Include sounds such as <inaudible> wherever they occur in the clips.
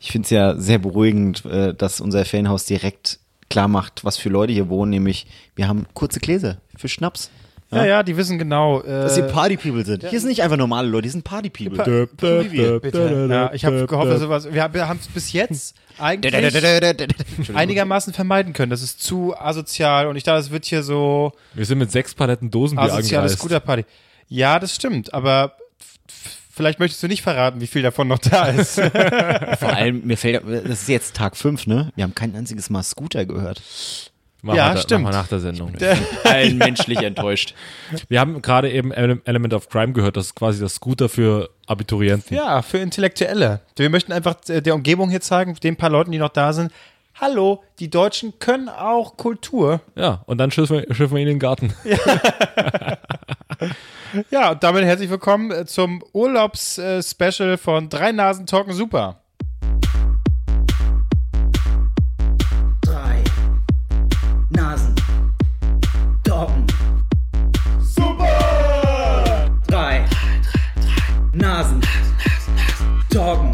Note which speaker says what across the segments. Speaker 1: ich finde es ja sehr beruhigend, äh, dass unser Fanhaus direkt klar macht, was für Leute hier wohnen, nämlich wir haben kurze Gläser für Schnaps.
Speaker 2: Ja, ja, die wissen genau. Äh,
Speaker 1: Dass sie Party People sind. Hier sind nicht einfach normale Leute, hier sind Party People.
Speaker 2: so wie wir.
Speaker 3: Bitte.
Speaker 2: ja, ich habe gehofft, dass sowas. Wir haben es bis <laughs> jetzt eigentlich
Speaker 1: Entschuldigung.
Speaker 2: einigermaßen vermeiden können. Das ist zu asozial und ich dachte, es wird hier so
Speaker 3: Wir sind mit sechs Paletten
Speaker 2: Ah,
Speaker 3: Dosenbier
Speaker 2: asoziale
Speaker 3: angereist.
Speaker 2: Scooterparty. Ja, das stimmt, aber f- f- vielleicht möchtest du nicht verraten, wie viel davon noch da ist.
Speaker 1: Vor allem, mir fällt, das ist jetzt Tag 5, ne? Wir haben kein einziges Mal Scooter gehört.
Speaker 3: Mach
Speaker 2: Ja,
Speaker 3: mal, da-
Speaker 2: stimmt.
Speaker 3: Mach mal nach der Sendung.
Speaker 4: Allen menschlich enttäuscht.
Speaker 3: Wir haben gerade eben Ele- Element of Crime gehört. Das ist quasi das Scooter für
Speaker 2: <laughs>
Speaker 3: Abiturienten.
Speaker 2: ja, für Intellektuelle. Wir möchten einfach äh, der Umgebung hier zeigen, den paar Leuten, die noch da sind. Hallo, die Deutschen können auch Kultur.
Speaker 3: Ja, und dann schiffen wir, schiffen wir ihn in den Garten.
Speaker 2: Ja, und damit herzlich willkommen äh, zum Urlaubs-Special von Drei Nasen Talken Super.
Speaker 5: drei Nasen. Doggen. Super! Drei Nasen. Doggen.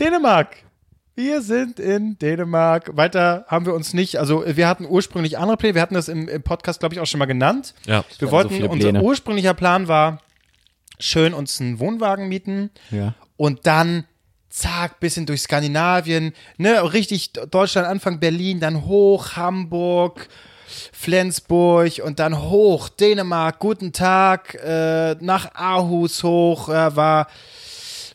Speaker 2: Dänemark. Wir sind in Dänemark. Weiter haben wir uns nicht, also äh, wir hatten ursprünglich andere Pläne. Wir hatten das im, im Podcast, glaube ich, auch schon mal genannt.
Speaker 3: Ja.
Speaker 2: Wir
Speaker 1: waren so
Speaker 2: wollten,
Speaker 1: viele
Speaker 2: unser
Speaker 1: Pläne.
Speaker 2: ursprünglicher Plan war, schön uns einen Wohnwagen mieten
Speaker 1: Ja.
Speaker 2: und dann zack, bisschen durch Skandinavien, ne, richtig Deutschland, Anfang Berlin, dann hoch Hamburg, Flensburg und dann hoch Dänemark, guten Tag, äh, nach Aarhus hoch, äh, war,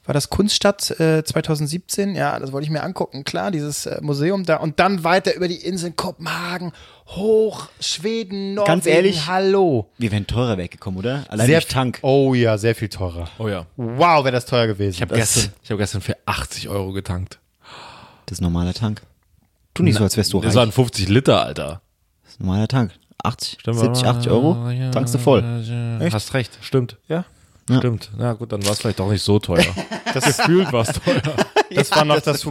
Speaker 2: war das Kunststadt äh, 2017, ja, das wollte ich mir angucken, klar, dieses äh, Museum da und dann weiter über die Inseln Kopenhagen, hoch Schweden, Norwegen,
Speaker 1: Ganz ehrlich?
Speaker 2: hallo.
Speaker 1: Wir wären teurer weggekommen, oder? Allein durch Tank.
Speaker 2: Oh ja, sehr viel teurer.
Speaker 3: Oh ja.
Speaker 2: Wow, wäre das teuer gewesen.
Speaker 3: Ich habe gestern, ich hab gestern für 80 Euro getankt.
Speaker 1: Das ist normaler Tank. Tu nicht so, als wärst du reich.
Speaker 3: Das waren 50 Liter, Alter.
Speaker 1: Das ist normaler Tank. 80, 70, 80 Euro, tankst du voll.
Speaker 3: Echt? Hast recht, stimmt.
Speaker 2: Ja.
Speaker 3: Stimmt. Na gut, dann war es vielleicht auch nicht so teuer. Das Gefühl war es teuer.
Speaker 1: <laughs>
Speaker 2: Das war noch das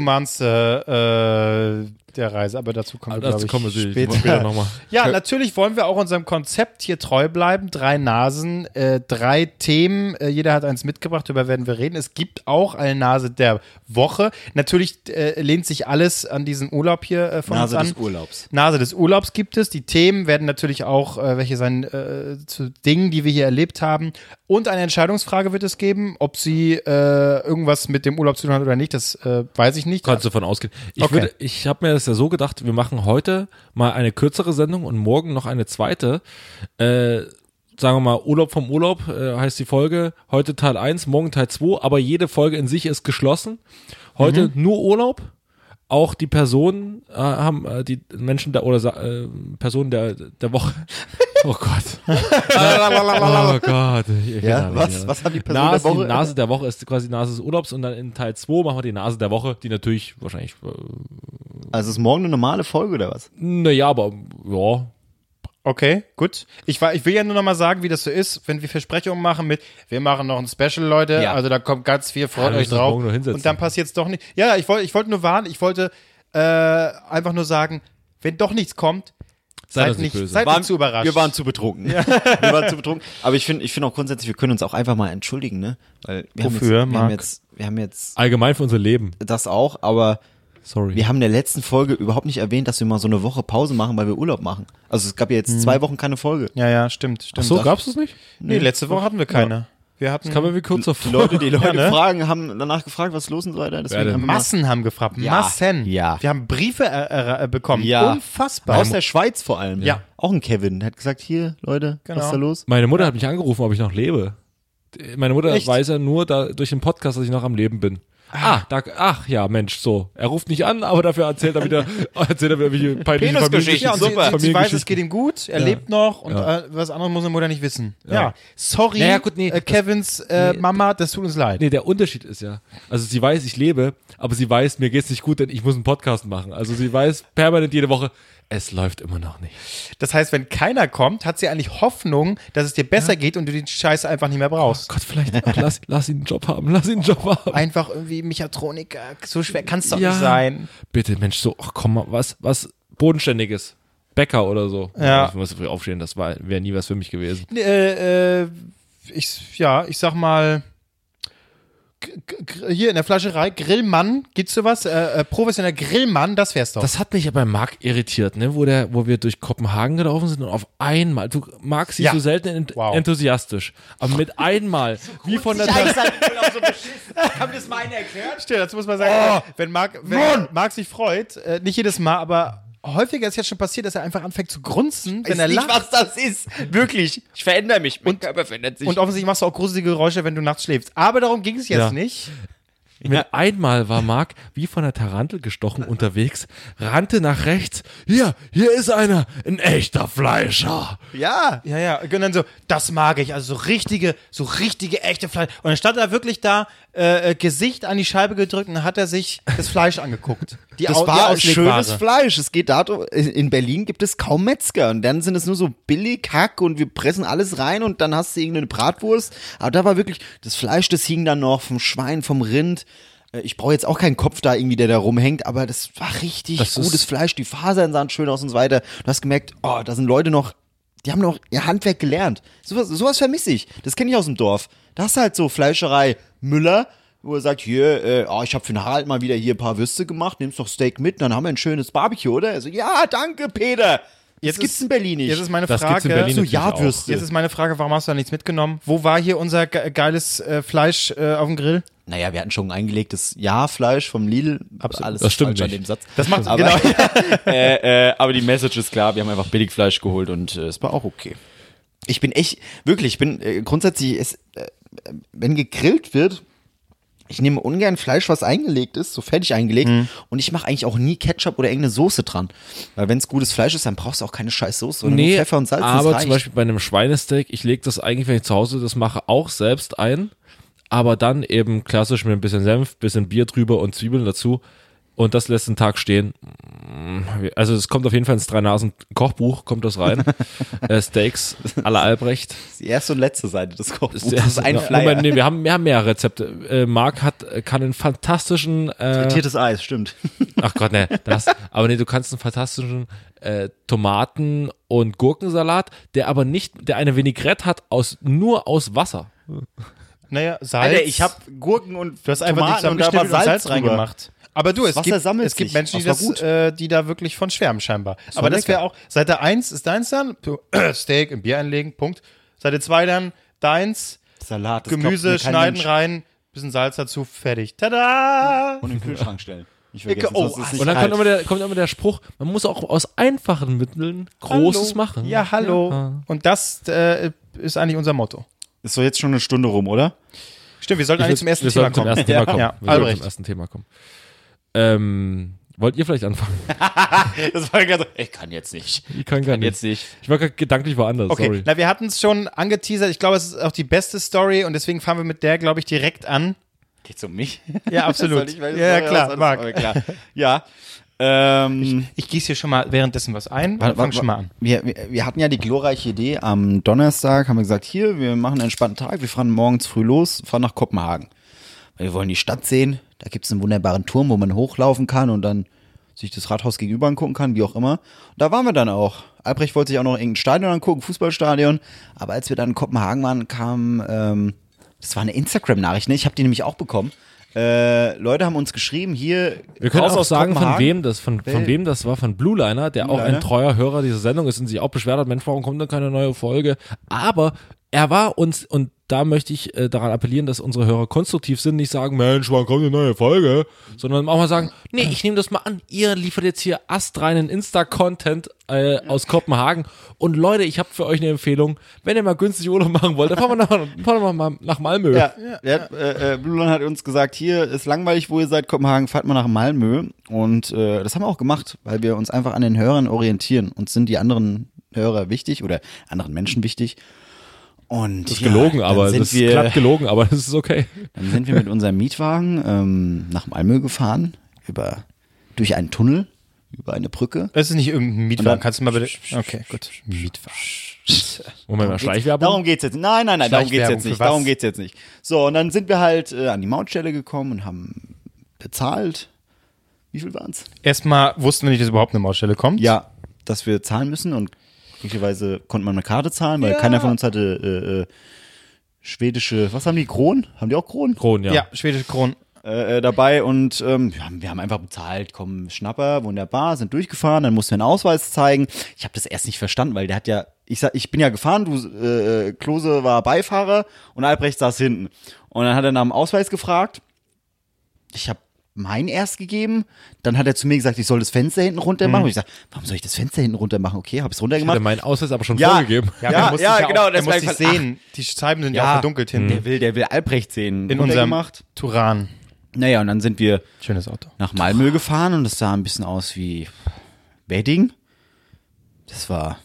Speaker 2: Humanste äh, der Reise, aber dazu kommen wir,
Speaker 3: Dazu
Speaker 2: glaube
Speaker 3: Also, Ah, kommen wir
Speaker 2: ich,
Speaker 3: später,
Speaker 2: später.
Speaker 3: später nochmal.
Speaker 2: <laughs> Ja, natürlich wollen wir auch unserem Konzept hier treu bleiben. Drei Nasen, äh, drei Themen. Äh, jeder hat eins mitgebracht, darüber werden wir reden. Es gibt auch eine Nase der Woche. Natürlich äh, lehnt sich alles an diesen Urlaub hier äh, von
Speaker 1: Nase
Speaker 2: uns an.
Speaker 1: des Urlaubs.
Speaker 2: Nase des Urlaubs gibt es. Die Themen werden natürlich auch äh, welche sein äh, zu Dingen, die wir hier erlebt haben. Und eine Entscheidungsfrage wird es geben, ob sie äh, irgendwas mit dem Urlaub zu tun hat oder nicht. Das äh, weiß ich nicht.
Speaker 3: Kannst du davon ausgehen. Ich,
Speaker 2: Okay.
Speaker 3: würde- ich habe mir das ja so gedacht, wir machen heute mal eine kürzere Sendung und morgen noch eine zweite. Äh, sagen wir mal, Urlaub vom Urlaub äh, heißt die Folge. Heute Teil 1, morgen Teil 2, aber jede Folge in sich ist geschlossen. Heute
Speaker 1: Mhm.
Speaker 3: nur Urlaub. Auch die Personen äh, haben äh, die Menschen der oder sa- äh, Personen der,
Speaker 1: <laughs>
Speaker 3: der Woche. Oh Gott. oh Gott. Ich
Speaker 1: Ja,
Speaker 3: kann da nicht
Speaker 1: was,
Speaker 3: mehr.
Speaker 1: was haben die Personen
Speaker 3: Nase,
Speaker 1: der Woche?
Speaker 3: die Nase der Woche ist quasi Nase des Urlaubs und dann in Teil 2 machen wir die Nase der Woche, die natürlich wahrscheinlich, äh,
Speaker 1: Also ist morgen eine normale Folge oder was?
Speaker 3: naja, aber ja,
Speaker 2: <laughs> Okay, gut. Ich, war, ich will ja nur noch mal sagen, wie das so ist, wenn wir Versprechungen machen mit, wir machen noch ein Special, Leute.
Speaker 1: Ja.
Speaker 2: Also da kommt ganz viel, freut
Speaker 3: Ja, wir
Speaker 2: euch
Speaker 3: müssen uns
Speaker 2: drauf.
Speaker 3: morgen nur hinsetzen.
Speaker 2: Und dann passiert es doch nicht. Ja, ja, ich wollte ich wollte nur warnen. Ich wollte äh, einfach nur sagen, wenn doch nichts kommt,
Speaker 3: seid,
Speaker 2: seid,
Speaker 3: uns nicht
Speaker 2: nicht,
Speaker 3: böse.
Speaker 2: seid
Speaker 1: waren
Speaker 2: nicht zu überrascht.
Speaker 1: Wir waren zu betrunken. <laughs> wir waren zu betrunken. Aber ich finde ich finde auch grundsätzlich, wir können uns auch einfach mal entschuldigen, ne? Weil wir
Speaker 2: Wofür,
Speaker 1: haben jetzt, wir haben
Speaker 2: Marc?
Speaker 1: jetzt, wir haben jetzt
Speaker 3: Allgemein für unser Leben.
Speaker 1: das auch, aber
Speaker 3: Sorry.
Speaker 1: wir haben in der letzten Folge überhaupt nicht erwähnt, dass wir mal so eine Woche Pause machen, weil wir Urlaub machen. Also es gab ja jetzt
Speaker 2: Mhm.
Speaker 1: zwei Wochen keine Folge.
Speaker 2: ja, ja, stimmt. stimmt.
Speaker 3: so, gab's es nicht?
Speaker 2: Nee, letzte Woche hatten wir keine. Wir hatten
Speaker 3: Kann man wie kurz
Speaker 1: Die
Speaker 3: davor.
Speaker 1: Leute,
Speaker 2: <laughs>
Speaker 3: <laughs>
Speaker 1: die Leute
Speaker 2: Ja, ne?
Speaker 1: fragen, haben danach gefragt, was ist los und so weiter. Deswegen
Speaker 3: denn?
Speaker 1: haben wir mal-
Speaker 2: Massen haben gefragt. Massen.
Speaker 1: ja.
Speaker 2: Wir haben Briefe äh, äh, bekommen.
Speaker 1: Ja.
Speaker 2: Unfassbar.
Speaker 1: Aus der Schweiz vor allem.
Speaker 2: Ja.
Speaker 1: Auch ein Kevin. Der hat gesagt, hier, Leute,
Speaker 2: Genau.
Speaker 1: was ist da los?
Speaker 3: Meine Mutter hat mich angerufen, ob ich noch lebe. D- Meine Mutter
Speaker 2: Echt?
Speaker 3: weiß ja nur da, durch den Podcast, dass ich noch am Leben bin. Ah, da, ach ja, Mensch, so. Er ruft nicht an, aber dafür erzählt er wieder, erzählt er wieder welche peinliche
Speaker 2: ja, und
Speaker 3: Familiengeschichten.
Speaker 2: sie, sie, sie weiß,
Speaker 3: Familiengeschichten.
Speaker 2: es geht ihm gut, er lebt noch und äh, was anderes muss eine Mutter nicht wissen. Ja. Sorry,
Speaker 3: Naja, gut, nee,
Speaker 2: äh, Kevins äh,
Speaker 3: nee,
Speaker 2: Mama, das tut uns leid.
Speaker 3: Nee, der Unterschied ist ja, also sie weiß, ich lebe, aber sie weiß, mir geht's nicht gut, denn ich muss einen Podcast machen. Also sie weiß permanent jede Woche, es läuft immer noch nicht.
Speaker 2: Das heißt, wenn keiner kommt, hat sie eigentlich Hoffnung, dass es dir besser geht und du den Scheiß einfach nicht mehr brauchst.
Speaker 3: Gott, vielleicht lass, lass ihn einen Job haben, lass ihn einen Job haben.
Speaker 2: Einfach irgendwie Mechatroniker, so schwer kann es doch
Speaker 3: Ja.
Speaker 2: nicht sein.
Speaker 3: Bitte, Mensch, so, ach komm mal, was, was Bodenständiges. Bäcker oder so.
Speaker 2: Ja.
Speaker 3: Ich muss früh aufstehen, das war- wäre nie was für mich gewesen.
Speaker 2: Äh, äh, ich, ja, ich sag mal, g- g- hier in der Flascherei, Grillmann, gibt's sowas? Äh, äh, professioneller Grillmann, das wär's doch.
Speaker 3: Das hat mich ja bei Marc irritiert, ne? wo, der, wo wir durch Kopenhagen gelaufen sind und auf einmal, du Marc siehst
Speaker 2: Ja.
Speaker 3: du selten ent
Speaker 2: Wow.
Speaker 3: enthusiastisch, aber <laughs> mit einmal, wie von der Tasse.
Speaker 5: Haben das meine erklärt?
Speaker 2: Stimmt, dazu muss man sagen, wenn, Marc, wenn Marc sich freut, äh, nicht jedes Mal, aber häufiger ist jetzt schon passiert, dass er einfach anfängt zu grunzen, wenn er
Speaker 4: nicht,
Speaker 2: lacht.
Speaker 4: was das ist. Wirklich. Ich verändere mich. Mein Körper verändert sich.
Speaker 2: Und offensichtlich machst du auch gruselige Geräusche, wenn du nachts schläfst. Aber darum ging es jetzt
Speaker 3: Ja.
Speaker 2: nicht.
Speaker 3: Mit einmal war Marc wie von der Tarantel gestochen unterwegs, rannte nach rechts. Hier, hier ist einer, ein echter Fleischer.
Speaker 2: Ja. Ja, ja. Und dann so, das mag ich. Also so richtige, so richtige echte Fleisch. Und dann stand er wirklich da, äh, äh, Gesicht an die Scheibe gedrückt und dann hat er sich das Fleisch angeguckt. Die
Speaker 1: Das
Speaker 2: Au- die
Speaker 1: war
Speaker 2: Auslegbare.
Speaker 1: schönes Fleisch. Es geht darum, in Berlin gibt es kaum Metzger und dann sind es nur so billig Hack und wir pressen alles rein und dann hast du irgendeine Bratwurst. Aber da war wirklich, das Fleisch, das hing dann noch vom Schwein, vom Rind. Äh, Ich brauche jetzt auch keinen Kopf da irgendwie, der da rumhängt, aber das war richtig
Speaker 3: Das ist-
Speaker 1: gutes Fleisch. Die Fasern sahen schön aus und so weiter. Du hast gemerkt, oh, da sind Leute noch, die haben noch ihr Handwerk gelernt. Sowas sowas vermisse ich. Das kenne ich aus dem Dorf. Da hast du halt so Fleischerei Müller, wo er sagt, hier, äh, oh, ich habe für den Harald mal wieder hier ein paar Würste gemacht, nimmst noch Steak mit, dann haben wir ein schönes Barbecue, oder? Er so, ja, danke, Peter. Jetzt
Speaker 2: Jetzt
Speaker 1: das gibt's
Speaker 2: ist-
Speaker 1: in Berlin nicht.
Speaker 2: Jetzt ist meine
Speaker 3: Das gibt's
Speaker 2: Frage.
Speaker 3: in Berlin
Speaker 1: so
Speaker 3: natürlich auch.
Speaker 1: Jahrwürste.
Speaker 2: Jetzt ist meine Frage, warum hast du da nichts mitgenommen? Wo war hier unser ge geiles äh, Fleisch äh, auf dem Grill?
Speaker 1: naja, wir hatten schon eingelegtes Ja-Fleisch vom Lidl. Absolut. Alles
Speaker 3: Das stimmt
Speaker 1: falsch an
Speaker 3: nicht.
Speaker 1: dem Satz.
Speaker 2: Das macht
Speaker 1: Aber- <laughs>
Speaker 2: genau.
Speaker 4: äh, äh, aber die Message ist klar. Wir haben einfach Billigfleisch geholt und äh, es war auch okay.
Speaker 1: Ich bin echt, wirklich, ich bin äh, grundsätzlich, es, äh, äh, wenn gegrillt wird, ich nehme ungern Fleisch, was eingelegt ist, so fertig eingelegt.
Speaker 4: Hm.
Speaker 1: Und ich mache eigentlich auch nie Ketchup oder irgendeine Soße dran. Weil wenn es gutes Fleisch ist, dann brauchst du auch keine scheiß Soße, sondern nur Pfeffer und Salz. und es
Speaker 3: aber
Speaker 1: reicht.
Speaker 3: zum Beispiel bei einem Schweinesteak, ich lege das eigentlich, wenn ich zu Hause das mache, auch selbst ein, aber dann eben klassisch mit ein bisschen Senf, bisschen Bier drüber und Zwiebeln dazu und das lässt den Tag stehen. Also es kommt auf jeden Fall ins Drei-Nasen-Kochbuch, kommt
Speaker 1: <laughs>
Speaker 3: das rein. äh, Steaks à la Albrecht.
Speaker 1: Das ist die erste und letzte Seite des Kochbuchs.
Speaker 3: Ist der-
Speaker 1: Das ist ein
Speaker 3: Ja,
Speaker 1: Flyer.
Speaker 3: Moment, nee, wir haben mehr, mehr Rezepte. Äh, Marc hat, kann einen fantastischen, äh,
Speaker 1: Frittiertes Eis, stimmt.
Speaker 3: ach Gott, ne, das, aber nee, du kannst einen fantastischen äh, Tomaten- und Gurkensalat, der aber nicht, der eine Vinaigrette hat aus, nur aus Wasser.
Speaker 2: Naja, Salz.
Speaker 1: Alter, ich habe Gurken und
Speaker 2: Du hast einfach nichts
Speaker 1: Tomaten und da war
Speaker 2: abgeschnitten und
Speaker 1: Salz,
Speaker 2: Salz
Speaker 1: drüber.
Speaker 2: reingemacht. Aber du, es
Speaker 1: Wasser
Speaker 2: gibt,
Speaker 1: sammelt
Speaker 2: es gibt
Speaker 1: sich.
Speaker 2: Menschen, die,
Speaker 1: Das
Speaker 2: das,
Speaker 1: war gut.
Speaker 2: äh, die da wirklich von schwärmen scheinbar. Aber das
Speaker 1: lecker.
Speaker 2: wäre auch, Seite 1 ist deins dann, du, <clears throat> Steak im Bier einlegen, Punkt. Seite 2 dann, deins,
Speaker 1: Salat. das glaubt
Speaker 2: Gemüse
Speaker 1: mir kein
Speaker 2: schneiden
Speaker 1: Mensch.
Speaker 2: rein, bisschen Salz dazu, fertig. Tada!
Speaker 1: Und in den Kühlschrank stellen. Ich
Speaker 2: Oh,
Speaker 1: sonst ist es
Speaker 3: Und dann
Speaker 1: kalt.
Speaker 3: kommt immer, der, kommt immer der Spruch, man muss auch aus einfachen Mitteln Großes machen.
Speaker 2: Ja, hallo. Und das äh, ist eigentlich unser Motto.
Speaker 1: Ist so jetzt schon eine Stunde rum, oder?
Speaker 2: Stimmt, wir sollten
Speaker 3: Ich
Speaker 2: eigentlich
Speaker 3: würd-
Speaker 2: zum ersten
Speaker 3: wir
Speaker 2: Thema
Speaker 3: sollten
Speaker 2: kommen.
Speaker 3: Zum ersten Thema kommen.
Speaker 2: Ja,
Speaker 3: wir sollten
Speaker 2: Albrecht.
Speaker 3: zum ersten Thema kommen. Ähm, wollt ihr vielleicht anfangen? <laughs>
Speaker 4: Das war gerade so, ich kann jetzt nicht.
Speaker 3: Ich kann gar nicht.
Speaker 4: Jetzt nicht.
Speaker 3: Ich war gerade gedanklich woanders,
Speaker 2: Okay,
Speaker 3: sorry.
Speaker 2: na, wir hatten es schon angeteasert. Ich glaube, es ist auch die beste Story und deswegen fangen wir mit der, glaube ich, direkt an.
Speaker 4: Geht's um mich?
Speaker 1: <laughs>
Speaker 2: Ja, absolut.
Speaker 1: Soll ich meine
Speaker 2: ja,
Speaker 1: Story
Speaker 2: klar,
Speaker 1: raus-
Speaker 2: Marc.
Speaker 1: Aber klar. Ja. Ähm,
Speaker 2: Ich gieße hier schon mal währenddessen was ein.
Speaker 1: Warte,
Speaker 2: und fang
Speaker 1: warte,
Speaker 2: schon mal
Speaker 1: warte.
Speaker 2: an.
Speaker 1: Wir, wir, wir hatten ja die glorreiche Idee, am Donnerstag haben wir gesagt, hier, wir machen einen entspannten Tag, wir fahren morgens früh los, fahren nach Kopenhagen. Weil wir wollen die Stadt sehen, da gibt es einen wunderbaren Turm, wo man hochlaufen kann und dann sich das Rathaus gegenüber angucken kann, wie auch immer. Und da waren wir dann auch. Albrecht wollte sich auch noch irgendein Stadion angucken, Fußballstadion. Aber als wir dann in Kopenhagen waren, kam, ähm, das war eine Instagram-Nachricht, ne? ich habe die nämlich auch bekommen. Äh, Leute haben uns geschrieben, hier.
Speaker 3: Wir können
Speaker 1: raus
Speaker 3: auch
Speaker 1: aus
Speaker 3: sagen, von
Speaker 1: Kopenhagen.
Speaker 3: wem, das, von, von wem das war, von Blue Liner, der auch
Speaker 1: Liner.
Speaker 3: ein treuer Hörer dieser Sendung ist und sich auch beschwert hat, Mensch, warum kommt denn keine neue Folge? Aber er war uns, und da möchte ich äh, daran appellieren, dass unsere Hörer konstruktiv sind, nicht sagen, Mensch, wann kommt eine neue Folge? Sondern auch mal sagen, nee, ich nehme das mal an, ihr liefert jetzt hier astreinen Insta-Content äh, aus Kopenhagen. Und Leute, ich habe für euch eine Empfehlung, wenn ihr mal günstig Urlaub machen wollt, dann fahren wir nach, fahren wir mal nach Malmö.
Speaker 1: Ja, der hat, äh, äh, Blue Line hat uns gesagt, hier ist langweilig, wo ihr seid, Kopenhagen, fahrt mal nach Malmö. Und äh, das haben wir auch gemacht, weil wir uns einfach an den Hörern orientieren. Uns sind die anderen Hörer wichtig oder anderen Menschen wichtig. Und das
Speaker 3: ist gelogen,
Speaker 1: ja, dann
Speaker 3: aber
Speaker 1: sind
Speaker 3: das ist
Speaker 1: wir,
Speaker 3: glatt gelogen, aber das ist okay.
Speaker 1: Dann sind wir mit unserem Mietwagen ähm, nach Malmö gefahren, über, durch einen Tunnel, über eine Brücke.
Speaker 2: Das ist nicht irgendein
Speaker 1: dann-
Speaker 2: Mietwagen. Kannst du mal bitte. Okay, gut.
Speaker 1: äh,
Speaker 3: Moment mal, Schleichwerbung.
Speaker 1: Darum geht's jetzt. Nein, nein, nein, darum geht's
Speaker 2: Schleichwerbung
Speaker 1: jetzt
Speaker 2: für
Speaker 1: nicht.
Speaker 2: was?
Speaker 1: Darum geht's jetzt nicht. So, und dann sind wir halt äh, an die Mautstelle gekommen und haben bezahlt. Wie viel waren's?
Speaker 2: Erstmal wussten wir nicht, dass überhaupt eine Mautstelle kommt.
Speaker 1: Ja, dass wir zahlen müssen und glücklicherweise konnte man eine Karte zahlen, weil keiner von uns hatte äh, äh, schwedische, was haben die, Kronen? Haben die auch Kronen?
Speaker 3: Kronen, ja.
Speaker 2: Ja, schwedische Kronen.
Speaker 1: äh, äh, dabei und ähm, wir, haben, wir haben einfach bezahlt, komm, Schnapper, wunderbar, sind durchgefahren, dann mussten wir einen Ausweis zeigen. Ich habe das erst nicht verstanden, weil der hat ja, ich sag, ich bin ja gefahren, du, äh, äh, Klose war Beifahrer und Albrecht saß hinten. Und dann hat er nach dem Ausweis gefragt. Ich habe meinen erst gegeben, dann hat er zu mir gesagt, ich soll das Fenster hinten runter
Speaker 2: Mhm.
Speaker 1: machen. Und ich sag, warum soll ich das Fenster hinten runter machen? Okay, habe es runter
Speaker 3: Hat er
Speaker 1: gemacht.
Speaker 3: meinen Ausweis aber schon
Speaker 1: Ja.
Speaker 3: vorgegeben.
Speaker 1: Ja, ja,
Speaker 2: muss
Speaker 1: ja,
Speaker 2: sich
Speaker 1: genau,
Speaker 2: Auch, er
Speaker 1: das
Speaker 2: muss
Speaker 1: war
Speaker 2: sich
Speaker 1: ich von-
Speaker 2: sehen. Die Scheiben sind ja, auch verdunkelt hinten.
Speaker 1: Der will, der will Albrecht sehen.
Speaker 2: In unserem
Speaker 1: Runtergemacht.
Speaker 2: Turan.
Speaker 1: Naja, und dann sind wir
Speaker 2: Schönes Auto.
Speaker 1: nach Malmö gefahren und es sah ein bisschen aus wie Wedding. Das war,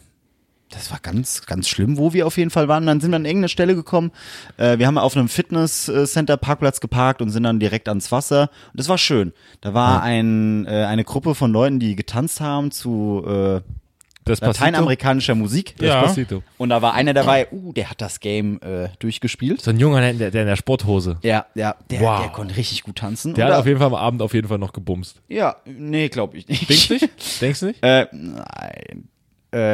Speaker 1: das war ganz, ganz schlimm, wo wir auf jeden Fall waren. Dann sind wir an irgendeine Stelle gekommen. Äh, wir haben auf einem Fitness-Center-Parkplatz geparkt und sind dann direkt ans Wasser. Und das war schön. Da war ein, äh, eine Gruppe von Leuten, die getanzt haben zu äh,
Speaker 3: Das passiert.
Speaker 1: lateinamerikanischer Musik.
Speaker 3: Ja. Despacito.
Speaker 1: Und da war einer dabei, uh, der hat das Game äh, durchgespielt.
Speaker 3: So ein junger, der, der in der Sporthose.
Speaker 1: Ja, ja, der,
Speaker 3: Wow.
Speaker 1: der konnte richtig gut tanzen.
Speaker 3: Der
Speaker 1: Oder-
Speaker 3: hat auf jeden Fall am Abend auf jeden Fall noch gebumst.
Speaker 1: ja, nee, glaube ich nicht.
Speaker 3: Denkst du nicht? Denkst du nicht?
Speaker 1: Äh, nein.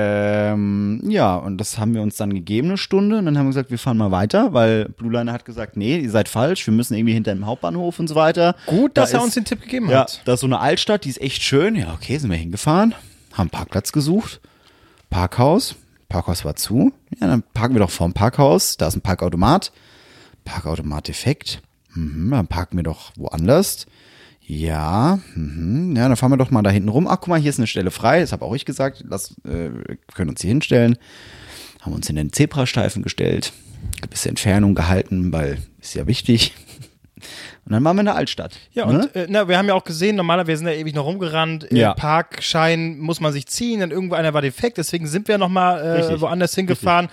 Speaker 1: Ähm, ja, und das haben wir uns dann gegeben, eine Stunde. Und dann haben wir gesagt, wir fahren mal weiter, weil Blue Liner hat gesagt, nee, ihr seid falsch, wir müssen irgendwie hinter dem Hauptbahnhof und so weiter.
Speaker 2: Gut, dass
Speaker 1: Da
Speaker 2: er
Speaker 1: ist-
Speaker 2: uns den Tipp gegeben
Speaker 1: Ja,
Speaker 2: hat.
Speaker 1: da ist so eine Altstadt, die ist echt schön. Ja, okay, sind wir hingefahren, haben Parkplatz gesucht, Parkhaus, Parkhaus war zu. Ja, dann parken wir doch vorm Parkhaus, da ist ein Parkautomat. Parkautomat defekt. Mhm, dann parken wir doch woanders. Ja, mhm. ja, dann fahren wir doch mal da hinten rum. Ach, guck mal, hier ist eine Stelle frei. Das habe auch ich gesagt. Lass, äh, wir können uns hier hinstellen. Haben uns in den Zebrastreifen gestellt. Gewisse Entfernung gehalten, weil ist ja wichtig. Und dann waren wir in der Altstadt.
Speaker 2: Ja,
Speaker 1: ne?
Speaker 2: und äh, na, wir haben ja auch gesehen, normalerweise sind da ewig noch rumgerannt. Äh,
Speaker 1: Ja.
Speaker 2: Parkschein muss man sich ziehen, dann irgendwo einer war defekt, deswegen sind wir nochmal äh,
Speaker 1: Richtig.
Speaker 2: woanders hingefahren.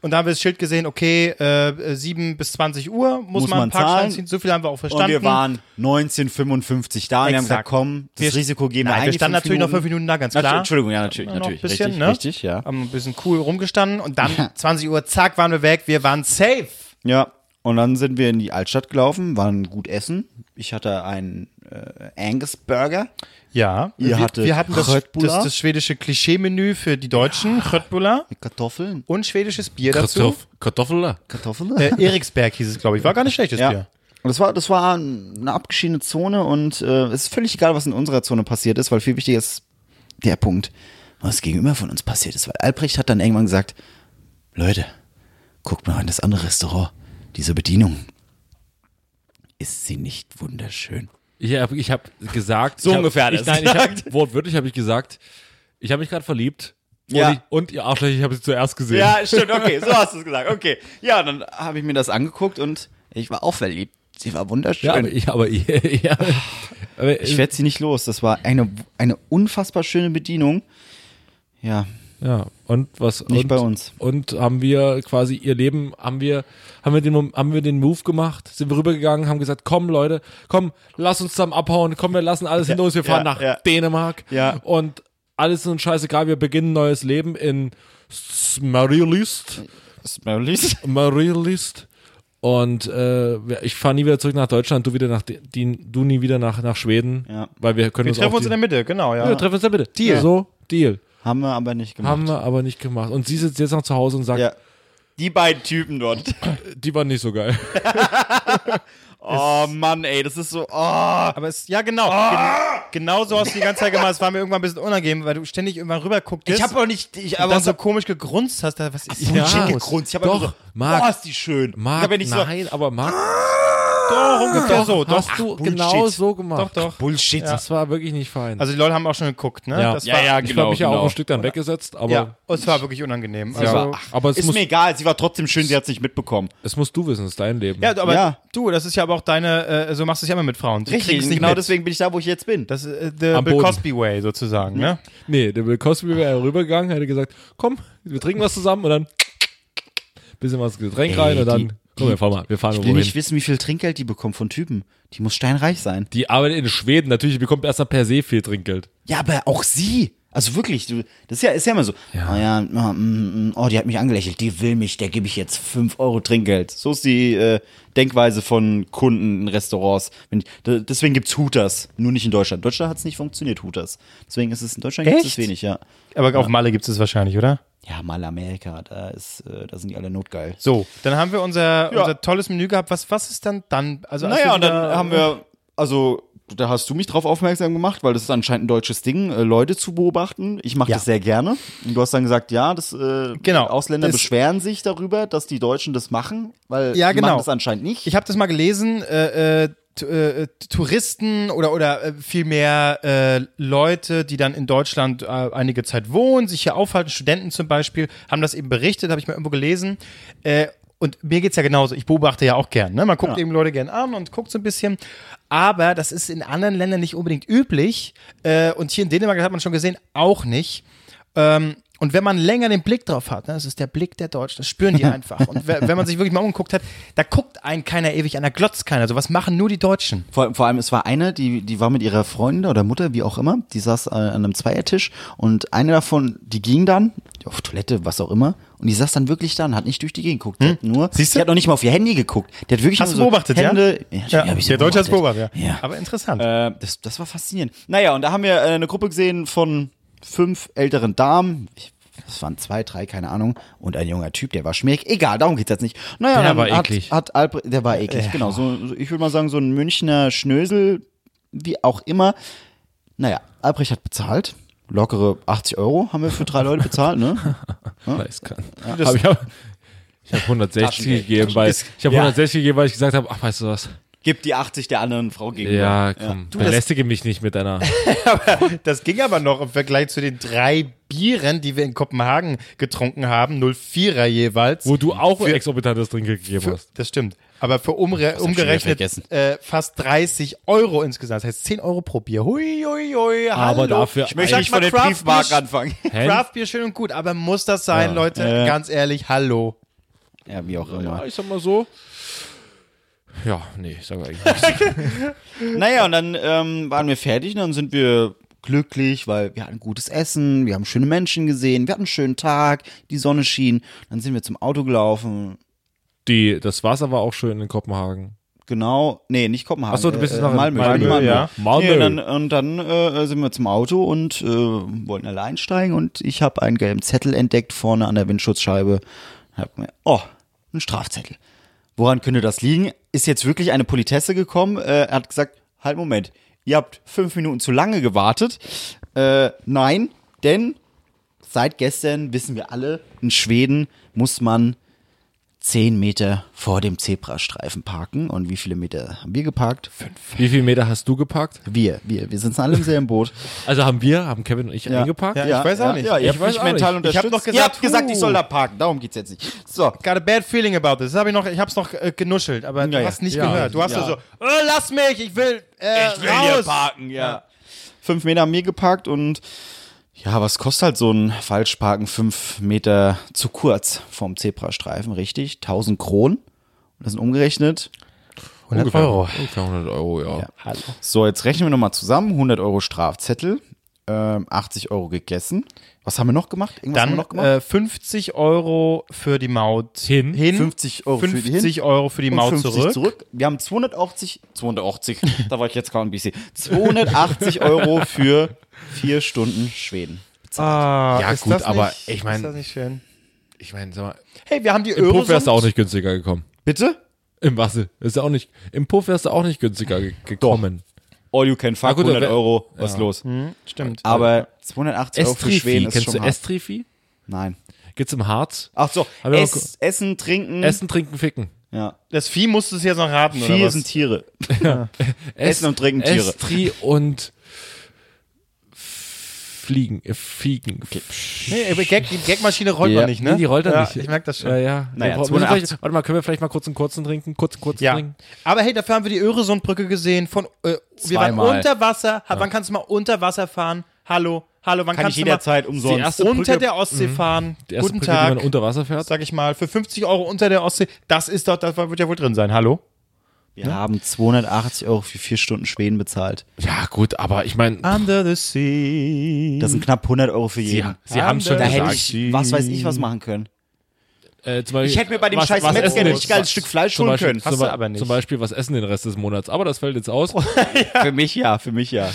Speaker 2: Und da haben wir das Schild gesehen, okay, äh, 7 bis 20 Uhr muss, man einen Parkschein
Speaker 1: zahlen.
Speaker 2: ziehen. So viel haben wir auch verstanden.
Speaker 1: Und wir waren 1955 da und wir haben
Speaker 2: Exakt.
Speaker 1: gesagt, komm, das
Speaker 2: Wir-
Speaker 1: Risiko geben wir
Speaker 2: Nein,
Speaker 1: ein.
Speaker 2: wir
Speaker 1: die
Speaker 2: standen natürlich noch fünf Minuten da, ganz
Speaker 1: Natu-
Speaker 2: klar.
Speaker 1: Entschuldigung, ja, natürlich,
Speaker 2: Noch ein
Speaker 1: natürlich.
Speaker 2: bisschen,
Speaker 1: richtig,
Speaker 2: ne?
Speaker 1: richtig, ja.
Speaker 2: Haben ein bisschen cool rumgestanden und dann 20 Uhr, zack, waren wir weg, wir waren safe.
Speaker 1: Ja. Und dann sind wir in die Altstadt gelaufen, waren gut essen. Ich hatte einen äh, Angus Burger.
Speaker 2: Ja,
Speaker 1: Ihr
Speaker 2: wir,
Speaker 1: hattet
Speaker 2: wir hatten das,
Speaker 1: Röttbula?
Speaker 2: das, das schwedische Klischee-Menü für die Deutschen, Röttbula
Speaker 1: Mit Kartoffeln.
Speaker 2: und schwedisches Bier dazu.
Speaker 3: Kartoff Kartoffel?
Speaker 1: Kartoffeln?
Speaker 2: Äh, Eriksberg hieß es, glaube ich. War gar nicht
Speaker 1: <laughs>
Speaker 2: schlechtes
Speaker 1: ja.
Speaker 2: Bier.
Speaker 1: Und das war, das war eine abgeschiedene Zone und äh, es ist völlig egal, was in unserer Zone passiert ist, weil viel wichtiger ist der Punkt, was gegenüber von uns passiert ist. Weil Albrecht hat dann irgendwann gesagt, Leute, guckt mal an das andere Restaurant, diese Bedienung. Ist sie nicht wunderschön?
Speaker 3: Ich habe ich hab gesagt. So
Speaker 4: ungefähr hat
Speaker 3: ich,
Speaker 4: er's
Speaker 3: Nein, ich hab, wortwörtlich habe ich gesagt, ich habe mich gerade verliebt.
Speaker 1: Ja.
Speaker 3: Und, ich, und ihr Arschlöcher, ich habe sie zuerst gesehen.
Speaker 1: stimmt, okay, so hast du es gesagt, okay. Ja, dann habe ich mir das angeguckt und ich war auch verliebt. Sie war wunderschön.
Speaker 3: Ja, aber ich, aber ich, <laughs> ja. aber,
Speaker 1: ich werde sie nicht los. Das war eine, eine unfassbar schöne Bedienung. Ja,
Speaker 3: ja, und was?
Speaker 1: Nicht
Speaker 3: und,
Speaker 1: bei uns.
Speaker 3: Und haben wir quasi ihr Leben, haben wir, haben wir den, Mom- haben wir den Move gemacht, sind wir rübergegangen, haben gesagt, komm Leute, komm, lass uns zusammen abhauen, komm, wir lassen alles hinter uns, wir fahren
Speaker 1: ja,
Speaker 3: nach
Speaker 1: ja.
Speaker 3: Dänemark.
Speaker 1: Ja.
Speaker 3: Und alles ist uns scheißegal, wir beginnen ein neues Leben in Smarilist. Marilist. Und äh, ich fahre nie wieder zurück nach Deutschland, du wieder nach D- die, du nie wieder nach, nach Schweden,
Speaker 1: Ja.
Speaker 3: weil wir können
Speaker 2: Wir
Speaker 3: uns
Speaker 2: treffen
Speaker 3: auch
Speaker 2: uns in der Mitte, genau, ja.
Speaker 3: ja, wir treffen uns da bitte. Deal. So, Deal.
Speaker 1: haben wir aber nicht gemacht.
Speaker 3: Haben wir aber nicht gemacht. Und sie sitzt jetzt noch zu Hause und sagt,
Speaker 1: Ja. Die beiden Typen <laughs> dort.
Speaker 3: die waren nicht so
Speaker 1: <laughs>
Speaker 3: geil.
Speaker 1: Oh Mann, ey, das ist so. Oh.
Speaker 2: Aber es, ja, genau. Gen genau so hast du die ganze Zeit gemacht. Es war mir irgendwann ein bisschen unangenehm, weil du ständig irgendwann rübergucktest.
Speaker 1: Ich habe auch nicht. Ich
Speaker 2: und
Speaker 1: habe
Speaker 2: dann
Speaker 1: so
Speaker 2: so komisch gegrunzt hast. Da, was ist
Speaker 3: Ja.
Speaker 1: Bullshit gegrunzt. Ich habe
Speaker 3: Doch,
Speaker 1: einfach so.
Speaker 3: Marc.
Speaker 1: Boah, oh, ist die schön.
Speaker 3: Marc,
Speaker 1: ich hab ja nicht
Speaker 3: nein, aber Marc,
Speaker 2: doch, ungefähr so. Doch,
Speaker 3: hast du
Speaker 1: Bullshit.
Speaker 3: genau so gemacht.
Speaker 2: doch, doch.
Speaker 1: so. Bullshit.
Speaker 3: Das war wirklich nicht fein.
Speaker 2: Also die Leute haben auch schon geguckt, ne?
Speaker 3: Ja.
Speaker 2: das
Speaker 4: Ja,
Speaker 2: war,
Speaker 4: ja,
Speaker 3: ich habe
Speaker 4: genau.
Speaker 3: mich ja auch
Speaker 4: genau.
Speaker 3: ein Stück dann weggesetzt, aber,
Speaker 2: ja. Es war wirklich unangenehm. Also,
Speaker 3: aber, aber es,
Speaker 1: ist
Speaker 3: muss,
Speaker 1: mir egal, sie war trotzdem schön, sie hat's nicht mitbekommen.
Speaker 3: es musst du wissen, es ist dein Leben.
Speaker 2: ja, aber
Speaker 1: Ja.
Speaker 2: du, das ist ja aber auch deine, äh, so machst du es ja immer mit Frauen. Die kriegen's nicht
Speaker 1: genau
Speaker 2: mit.
Speaker 1: deswegen bin ich da, wo ich jetzt bin.
Speaker 2: Das ist äh, der
Speaker 3: Am
Speaker 2: Bill
Speaker 3: Boden.
Speaker 2: Cosby Way sozusagen, ne?
Speaker 3: Nee, der Bill Cosby wäre rübergegangen, hätte gesagt, komm, wir trinken was zusammen und dann bisschen was Getränk rein und dann, komm, wir fahren mal, wir fahren
Speaker 1: ich will
Speaker 3: irgendwo
Speaker 1: nicht
Speaker 3: hin.
Speaker 1: wissen, wie viel Trinkgeld die bekommt von Typen. Die muss steinreich sein.
Speaker 3: Die arbeitet in Schweden, natürlich die bekommt erstmal per se viel Trinkgeld.
Speaker 1: Ja, aber auch sie. Also wirklich, du, das ist ja, ist ja immer so. Ja. Oh, ja, mm, mm, mm, oh, die hat mich angelächelt, die will mich, der gebe ich jetzt 5 Euro Trinkgeld. So ist die äh, Denkweise von Kunden in Restaurants. Wenn, d- deswegen gibt's Hooters, nur nicht in Deutschland. In Deutschland hat's nicht funktioniert, Hooters. Deswegen ist es in Deutschland gibt's es
Speaker 2: Echt?
Speaker 1: wenig, ja.
Speaker 2: Aber auf Malle gibt es wahrscheinlich, oder?
Speaker 1: Ja, mal Amerika, da, ist, äh, da sind die alle notgeil.
Speaker 2: So, dann haben wir unser, unser tolles Menü gehabt. Was, was ist dann dann? Also als
Speaker 1: Naja, und dann
Speaker 2: wieder-
Speaker 1: haben wir, also da hast du mich drauf aufmerksam gemacht, weil das ist anscheinend ein deutsches Ding, äh, Leute zu beobachten. Ich mache
Speaker 2: Ja.
Speaker 1: das sehr gerne. Und du hast dann gesagt, ja, das, äh,
Speaker 2: Genau.
Speaker 1: Ausländer
Speaker 2: Das-
Speaker 1: beschweren sich darüber, dass die Deutschen das machen, weil
Speaker 2: Ja,
Speaker 1: die
Speaker 2: genau.
Speaker 1: machen das anscheinend nicht.
Speaker 2: Ich habe das mal gelesen, äh, äh, t- äh, Touristen oder, oder äh, vielmehr äh, Leute, die dann in Deutschland äh, einige Zeit wohnen, sich hier aufhalten, Studenten zum Beispiel, haben das eben berichtet, habe ich mal irgendwo gelesen. Äh, und mir geht's ja genauso. Ich beobachte ja auch gern. Ne? Man guckt eben Leute gern an und guckt so ein bisschen. Aber das ist in anderen Ländern nicht unbedingt üblich. Äh, und hier in Dänemark, das hat man schon gesehen, auch nicht. Ähm, und wenn man länger den Blick drauf hat, ne, das ist der Blick der Deutschen, das spüren die einfach. Und we- wenn man sich wirklich mal umgeguckt hat, da guckt einen keiner ewig an, da glotzt keiner. So was machen nur die Deutschen.
Speaker 1: Vor, vor allem, es war eine, die, die war mit ihrer Freundin oder Mutter, wie auch immer, die saß äh, an einem Zweiertisch und eine davon, die ging dann auf Toilette, was auch immer, und die saß dann wirklich da und hat nicht durch die Gegend geguckt. Die hat nur,
Speaker 2: Hm? Siehst du?
Speaker 1: Die hat noch nicht mal auf ihr Handy geguckt. Die hat wirklich
Speaker 2: Hast
Speaker 1: nur
Speaker 2: du
Speaker 1: so
Speaker 2: beobachtet, Also ja?
Speaker 1: Hände, ja? hab ich
Speaker 2: der Deutsche hat beobachtet,
Speaker 1: beobachtet.
Speaker 2: ja. Aber interessant.
Speaker 1: Äh, das, das war faszinierend. Naja, und da haben wir äh, eine Gruppe gesehen von fünf älteren Damen. Ich, das waren zwei, drei, keine Ahnung. Und ein junger Typ, der war schmierig. Egal, darum geht's jetzt nicht. Naja,
Speaker 3: Der
Speaker 1: dann
Speaker 3: war
Speaker 1: hat,
Speaker 3: eklig.
Speaker 1: Hat Alpre der war eklig, genau. So, so, ich würde mal sagen, so ein Münchner Schnösel, wie auch immer. Naja, Albrecht hat bezahlt. Lockere 80 Euro haben wir für drei Leute bezahlt, ne?
Speaker 3: Weiß kann. Hab ich auch- ich habe 160 gegeben, weil ich habe 160 gegeben, weil ich gesagt habe, ach, weißt du was?
Speaker 1: Gib die 80 der anderen Frau gegenüber.
Speaker 3: Ja, komm, belästige mich nicht mit deiner.
Speaker 2: <laughs> das ging aber noch im Vergleich zu den drei Bieren, die wir in Kopenhagen getrunken haben, 04er jeweils.
Speaker 3: Wo du auch
Speaker 2: Für-
Speaker 3: exorbitantes Trinkgeld gegeben
Speaker 2: Für,
Speaker 3: hast.
Speaker 2: das stimmt. Aber für umre, umgerechnet
Speaker 1: vergessen.
Speaker 2: äh, fast 30 Euro insgesamt. Das heißt 10 Euro pro Bier. Hui, hui, hui.
Speaker 3: Aber
Speaker 2: hallo.
Speaker 3: dafür
Speaker 1: Ich möchte
Speaker 2: Sag
Speaker 1: nicht
Speaker 2: mal,
Speaker 1: von den
Speaker 2: Craft
Speaker 1: Briefmarken
Speaker 2: Bier-
Speaker 1: anfangen.
Speaker 3: Hä?
Speaker 2: Craftbier schön und gut, aber muss das sein, Leute? Ganz ehrlich, hallo.
Speaker 1: <laughs> Ja, wie auch immer.
Speaker 3: Ja, ich sag mal so. Ja, nee, ich sag eigentlich nichts.
Speaker 1: Naja, und dann ähm, waren wir fertig und dann sind wir glücklich, weil wir hatten gutes Essen, wir haben schöne Menschen gesehen, wir hatten einen schönen Tag, die Sonne schien. Dann sind wir zum Auto gelaufen.
Speaker 3: Die, das Wasser war auch schön in Kopenhagen.
Speaker 1: Genau, nee, nicht Kopenhagen.
Speaker 3: Achso, du bist
Speaker 1: äh,
Speaker 3: jetzt noch in
Speaker 1: Malmö.
Speaker 3: Malmö,
Speaker 1: Malmö,
Speaker 2: ja.
Speaker 3: Malmö.
Speaker 1: Nee, dann, und dann äh, sind wir zum Auto und äh, wollten alle einsteigen und ich habe einen gelben Zettel entdeckt vorne an der Windschutzscheibe. Hab mir, oh, ein Strafzettel. Woran könnte das liegen? Ist jetzt wirklich eine Politesse gekommen. Äh, er hat gesagt, halt Moment, ihr habt fünf Minuten zu lange gewartet. Äh, nein, denn seit gestern wissen wir alle, in Schweden muss man zehn Meter vor dem Zebrastreifen parken. Und wie viele Meter haben wir geparkt? Fünf.
Speaker 3: Wie viel Meter hast du geparkt?
Speaker 1: Wir, wir, wir sitzen alle im selben
Speaker 2: <laughs>
Speaker 1: Boot.
Speaker 3: Also haben wir, haben Kevin und ich eingeparkt?
Speaker 2: Ja, ich weiß auch nicht.
Speaker 1: Ja,
Speaker 3: Ich
Speaker 1: ich,
Speaker 3: weiß
Speaker 1: weiß
Speaker 3: auch
Speaker 1: mental
Speaker 3: nicht.
Speaker 2: Ich hab
Speaker 1: unterstützt.
Speaker 2: doch gesagt,
Speaker 1: Ihr habt gesagt,
Speaker 2: uh.
Speaker 1: ich soll da parken. Darum geht's jetzt nicht. So.
Speaker 2: Got a bad feeling about this. Das habe ich noch, ich habe es noch äh, genuschelt, aber
Speaker 1: Ja,
Speaker 2: du
Speaker 1: ja.
Speaker 2: hast nicht
Speaker 3: Ja.
Speaker 2: gehört. Du hast
Speaker 1: Ja.
Speaker 2: nur so, äh, lass mich, ich will, äh, raus.
Speaker 1: ja. Fünf Meter haben wir geparkt und ja, was kostet halt so ein Falschparken fünf Meter zu kurz vom Zebrastreifen, richtig? 1000 Kronen. Und das sind umgerechnet.
Speaker 2: 100
Speaker 3: Ungefähr,
Speaker 2: Euro.
Speaker 3: Ungefähr 100 Euro, ja.
Speaker 1: Ja. So, jetzt rechnen wir nochmal zusammen. 100 Euro Strafzettel, ähm, 80 Euro gegessen. Was haben wir noch gemacht? Irgendwas haben
Speaker 2: Dann
Speaker 1: wir noch gemacht?
Speaker 2: äh, 50 Euro für die Maut
Speaker 3: Hin.
Speaker 1: 50 Euro für die
Speaker 2: 50
Speaker 1: hin.
Speaker 2: Euro für die
Speaker 1: und
Speaker 2: Maut
Speaker 1: 50
Speaker 2: zurück.
Speaker 1: Wir haben 280, 280, da war ich jetzt kaum ein bisschen, 280 Euro für vier Stunden Schweden.
Speaker 2: Ah,
Speaker 3: Ja,
Speaker 2: ist
Speaker 3: gut,
Speaker 2: das
Speaker 3: aber
Speaker 2: nicht,
Speaker 3: ich mein-
Speaker 2: Ist das nicht schön?
Speaker 3: Ich meine, sag mal,
Speaker 2: Hey, wir haben die
Speaker 3: im Puff wärst du
Speaker 2: Öresund.
Speaker 3: auch nicht günstiger gekommen.
Speaker 1: Bitte?
Speaker 3: Im Wasser. Ist ja auch nicht, Im Puff wärst du auch nicht günstiger ge gekommen.
Speaker 1: All you can
Speaker 3: Ah,
Speaker 1: fuck,
Speaker 3: gut,
Speaker 1: 100
Speaker 3: aber-
Speaker 1: Euro, was los?
Speaker 2: Stimmt.
Speaker 1: Aber 280 Euro für
Speaker 3: Estrifi,
Speaker 1: Schweden ist
Speaker 3: kennst du
Speaker 1: schon hart.
Speaker 3: Estrifi?
Speaker 1: Nein.
Speaker 3: Geht's im Harz?
Speaker 1: Ach so,
Speaker 3: Haben wir noch
Speaker 1: Ess, Essen, Trinken.
Speaker 3: Essen, trinken, ficken.
Speaker 1: Ja.
Speaker 2: Das Vieh musstest du jetzt noch raten, oder
Speaker 1: Vier
Speaker 2: was?
Speaker 1: sind Tiere.
Speaker 3: Ess-
Speaker 1: und trinken Tiere.
Speaker 3: Estri und Fliegen, äh, Fliegen.
Speaker 2: Nee, aber Äh, Gag, die Gagmaschine rollt
Speaker 1: Ja.
Speaker 2: noch nicht, ne?
Speaker 3: Nee, die rollt er
Speaker 2: ja,
Speaker 3: nicht.
Speaker 2: Ich merke das schon.
Speaker 3: Ja, ja.
Speaker 1: Naja,
Speaker 3: Wir brauchen- müssen
Speaker 1: 280.
Speaker 3: vielleicht- warte mal, können wir vielleicht mal kurz einen kurzen trinken? Kurz, kurz
Speaker 2: Ja.
Speaker 3: trinken?
Speaker 2: Aber hey, dafür haben wir die Öresundbrücke gesehen. Von, äh, wir waren
Speaker 1: Zweimal.
Speaker 2: unter Wasser. Ha- Wann kannst du mal unter Wasser fahren? Hallo, hallo, wann
Speaker 1: Kann
Speaker 2: kannst
Speaker 1: ich jederzeit
Speaker 2: du mal
Speaker 1: umsonst.
Speaker 3: Die erste
Speaker 2: unter
Speaker 3: Brücke-
Speaker 2: der Ostsee fahren?
Speaker 3: Die erste
Speaker 2: Guten
Speaker 3: Brücke, die
Speaker 2: Tag,
Speaker 3: man unter Wasser fährt.
Speaker 2: sag ich mal. Für 50 Euro unter der Ostsee, das ist doch, das wird ja wohl drin sein. Hallo?
Speaker 1: Wir haben 280 Euro für vier Stunden Schweden bezahlt.
Speaker 3: Ja, gut, aber ich meine,
Speaker 1: Ah.
Speaker 2: Under the sea.
Speaker 1: Das sind knapp 100 Euro für
Speaker 3: sie,
Speaker 1: jeden.
Speaker 3: sie haben schon
Speaker 1: Ah, da hätte
Speaker 3: gesagt.
Speaker 1: ich, was weiß ich, was machen können.
Speaker 3: äh, zum Beispiel,
Speaker 1: Ich hätte mir bei dem
Speaker 3: was-
Speaker 1: scheiß
Speaker 3: was
Speaker 1: Metzger
Speaker 3: essen
Speaker 1: ein
Speaker 3: wir-
Speaker 1: richtig geiles Stück Fleisch
Speaker 3: zum
Speaker 1: holen
Speaker 3: Beispiel,
Speaker 1: können.
Speaker 3: Zum,
Speaker 2: Hast du aber nicht.
Speaker 3: zum Beispiel, was essen den Rest des Monats? Aber das fällt jetzt aus.
Speaker 1: Oh, Für mich ja, für mich ja.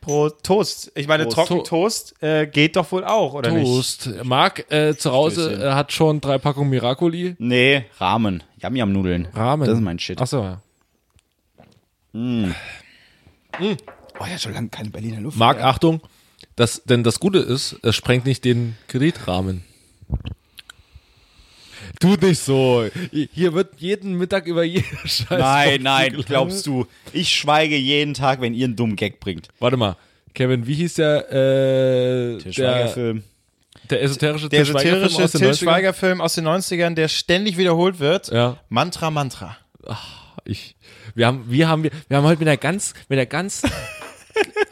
Speaker 2: Pro Toast. Ich meine,
Speaker 3: Prost.
Speaker 2: Trockentoast äh, geht doch wohl auch, oder nicht?
Speaker 3: Prost. Marc äh, zu Hause äh, hat schon drei Packungen Miracoli.
Speaker 1: Nee, Rahmen. Yam-Yam-Nudeln.
Speaker 3: Rahmen.
Speaker 1: Das ist mein Shit.
Speaker 3: Achso, ja.
Speaker 1: Oh ja, schon lange keine Berliner Luft.
Speaker 3: Marc, Achtung, das, denn das Gute ist, es sprengt nicht den Kreditrahmen. Tu nicht so. Hier wird jeden Mittag über jede <laughs> Scheiße.
Speaker 1: Nein,
Speaker 2: <laughs>
Speaker 1: nein, glaubst du. Ich schweige jeden Tag, wenn ihr einen dummen Gag bringt.
Speaker 3: Warte mal. Kevin, wie hieß der, äh,
Speaker 1: Der
Speaker 3: der,
Speaker 1: Schweigerfilm.
Speaker 3: der esoterische
Speaker 2: Der
Speaker 3: Til Schweiger-Film
Speaker 2: satirische
Speaker 3: aus den
Speaker 2: Till
Speaker 3: 90ern?
Speaker 2: Schweiger-Film aus den 90ern, der ständig wiederholt wird.
Speaker 3: Ja.
Speaker 2: Mantra, Mantra.
Speaker 3: Ich, wir haben, wir haben, wir haben heute mit einer ganz, mit einer ganz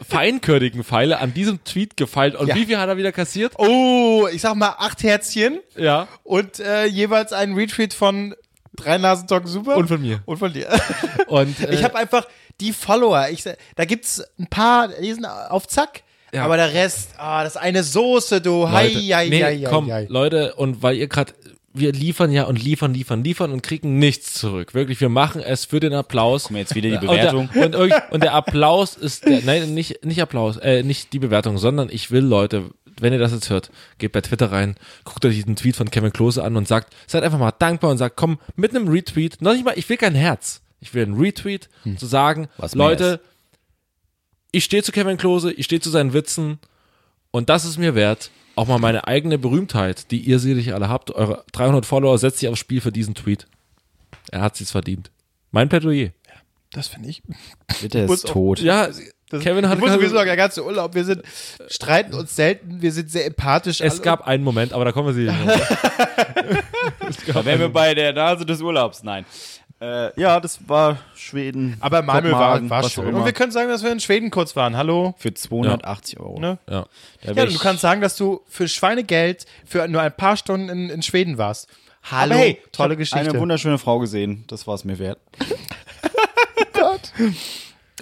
Speaker 3: feinkörnigen Pfeile an diesem Tweet gefeilt. Und wie viel hat er wieder kassiert?
Speaker 2: Oh, ich sag mal acht Herzchen
Speaker 3: Ja.
Speaker 2: und äh, jeweils einen Retweet von drei Nasentalk Super.
Speaker 3: Und von mir.
Speaker 2: Und von dir. <laughs>
Speaker 3: Und, äh,
Speaker 2: ich habe einfach die Follower. Ich, sag- da gibt's ein paar, die sind auf Zack.
Speaker 3: Ja.
Speaker 2: Aber der Rest, ah, das eine Soße, du. Hei,
Speaker 3: Leute,
Speaker 2: hei,
Speaker 3: nee,
Speaker 2: hei, hei,
Speaker 3: komm,
Speaker 2: hei.
Speaker 3: Leute, und weil ihr gerade, wir liefern ja und liefern, liefern, liefern und kriegen nichts zurück. Wirklich, wir machen es für den Applaus.
Speaker 1: Guck mal, jetzt wieder
Speaker 2: <laughs>
Speaker 1: die Bewertung.
Speaker 3: <laughs> Und der, und, irg- und der Applaus ist, der, nein, nicht, nicht Applaus, äh, nicht die Bewertung, sondern ich will, Leute, wenn ihr das jetzt hört, geht bei Twitter rein, guckt euch diesen Tweet von Kevin Klose an und sagt, seid einfach mal dankbar und sagt, komm, mit einem Retweet, noch nicht mal, ich will kein Herz. Ich will einen Retweet, um zu sagen,
Speaker 1: Hm. Was mehr
Speaker 3: Leute, ich stehe zu Kevin Klose, ich stehe zu seinen Witzen, und das ist mir wert, auch mal meine eigene Berühmtheit, die ihr sicherlich alle habt, eure 300 Follower, setzt sie aufs Spiel für diesen Tweet. Er hat sie's verdient. Mein Plädoyer.
Speaker 2: Das finde ich.
Speaker 1: Bitte ist tot.
Speaker 3: Ja, Kevin hat
Speaker 2: ich muss
Speaker 3: gerade-
Speaker 2: sowieso sagen, der ganze Urlaub, wir sind, streiten uns selten, wir sind sehr empathisch.
Speaker 3: es
Speaker 2: alle.
Speaker 3: gab einen Moment, aber da kommen wir sie
Speaker 2: <laughs>
Speaker 3: nicht.
Speaker 1: Da wären wir bei der Nase des Urlaubs. Nein. Äh, ja, das war Schweden.
Speaker 2: aber Malmö war,
Speaker 1: Kopenhagen,
Speaker 2: war
Speaker 1: was auch
Speaker 2: schön.
Speaker 1: immer.
Speaker 2: Und wir können sagen, dass wir in Schweden kurz waren. Hallo?
Speaker 1: Für 280 Euro.
Speaker 2: Ne?
Speaker 3: Ja.
Speaker 1: Da
Speaker 2: Ja,
Speaker 1: wär
Speaker 2: du
Speaker 1: ich-
Speaker 2: kannst sagen, dass du für Schweinegeld für nur ein paar Stunden in, in Schweden warst. Hallo,
Speaker 1: Aber hey,
Speaker 2: tolle
Speaker 1: ich
Speaker 2: Geschichte.
Speaker 1: hab Eine wunderschöne Frau gesehen. Das war es mir wert.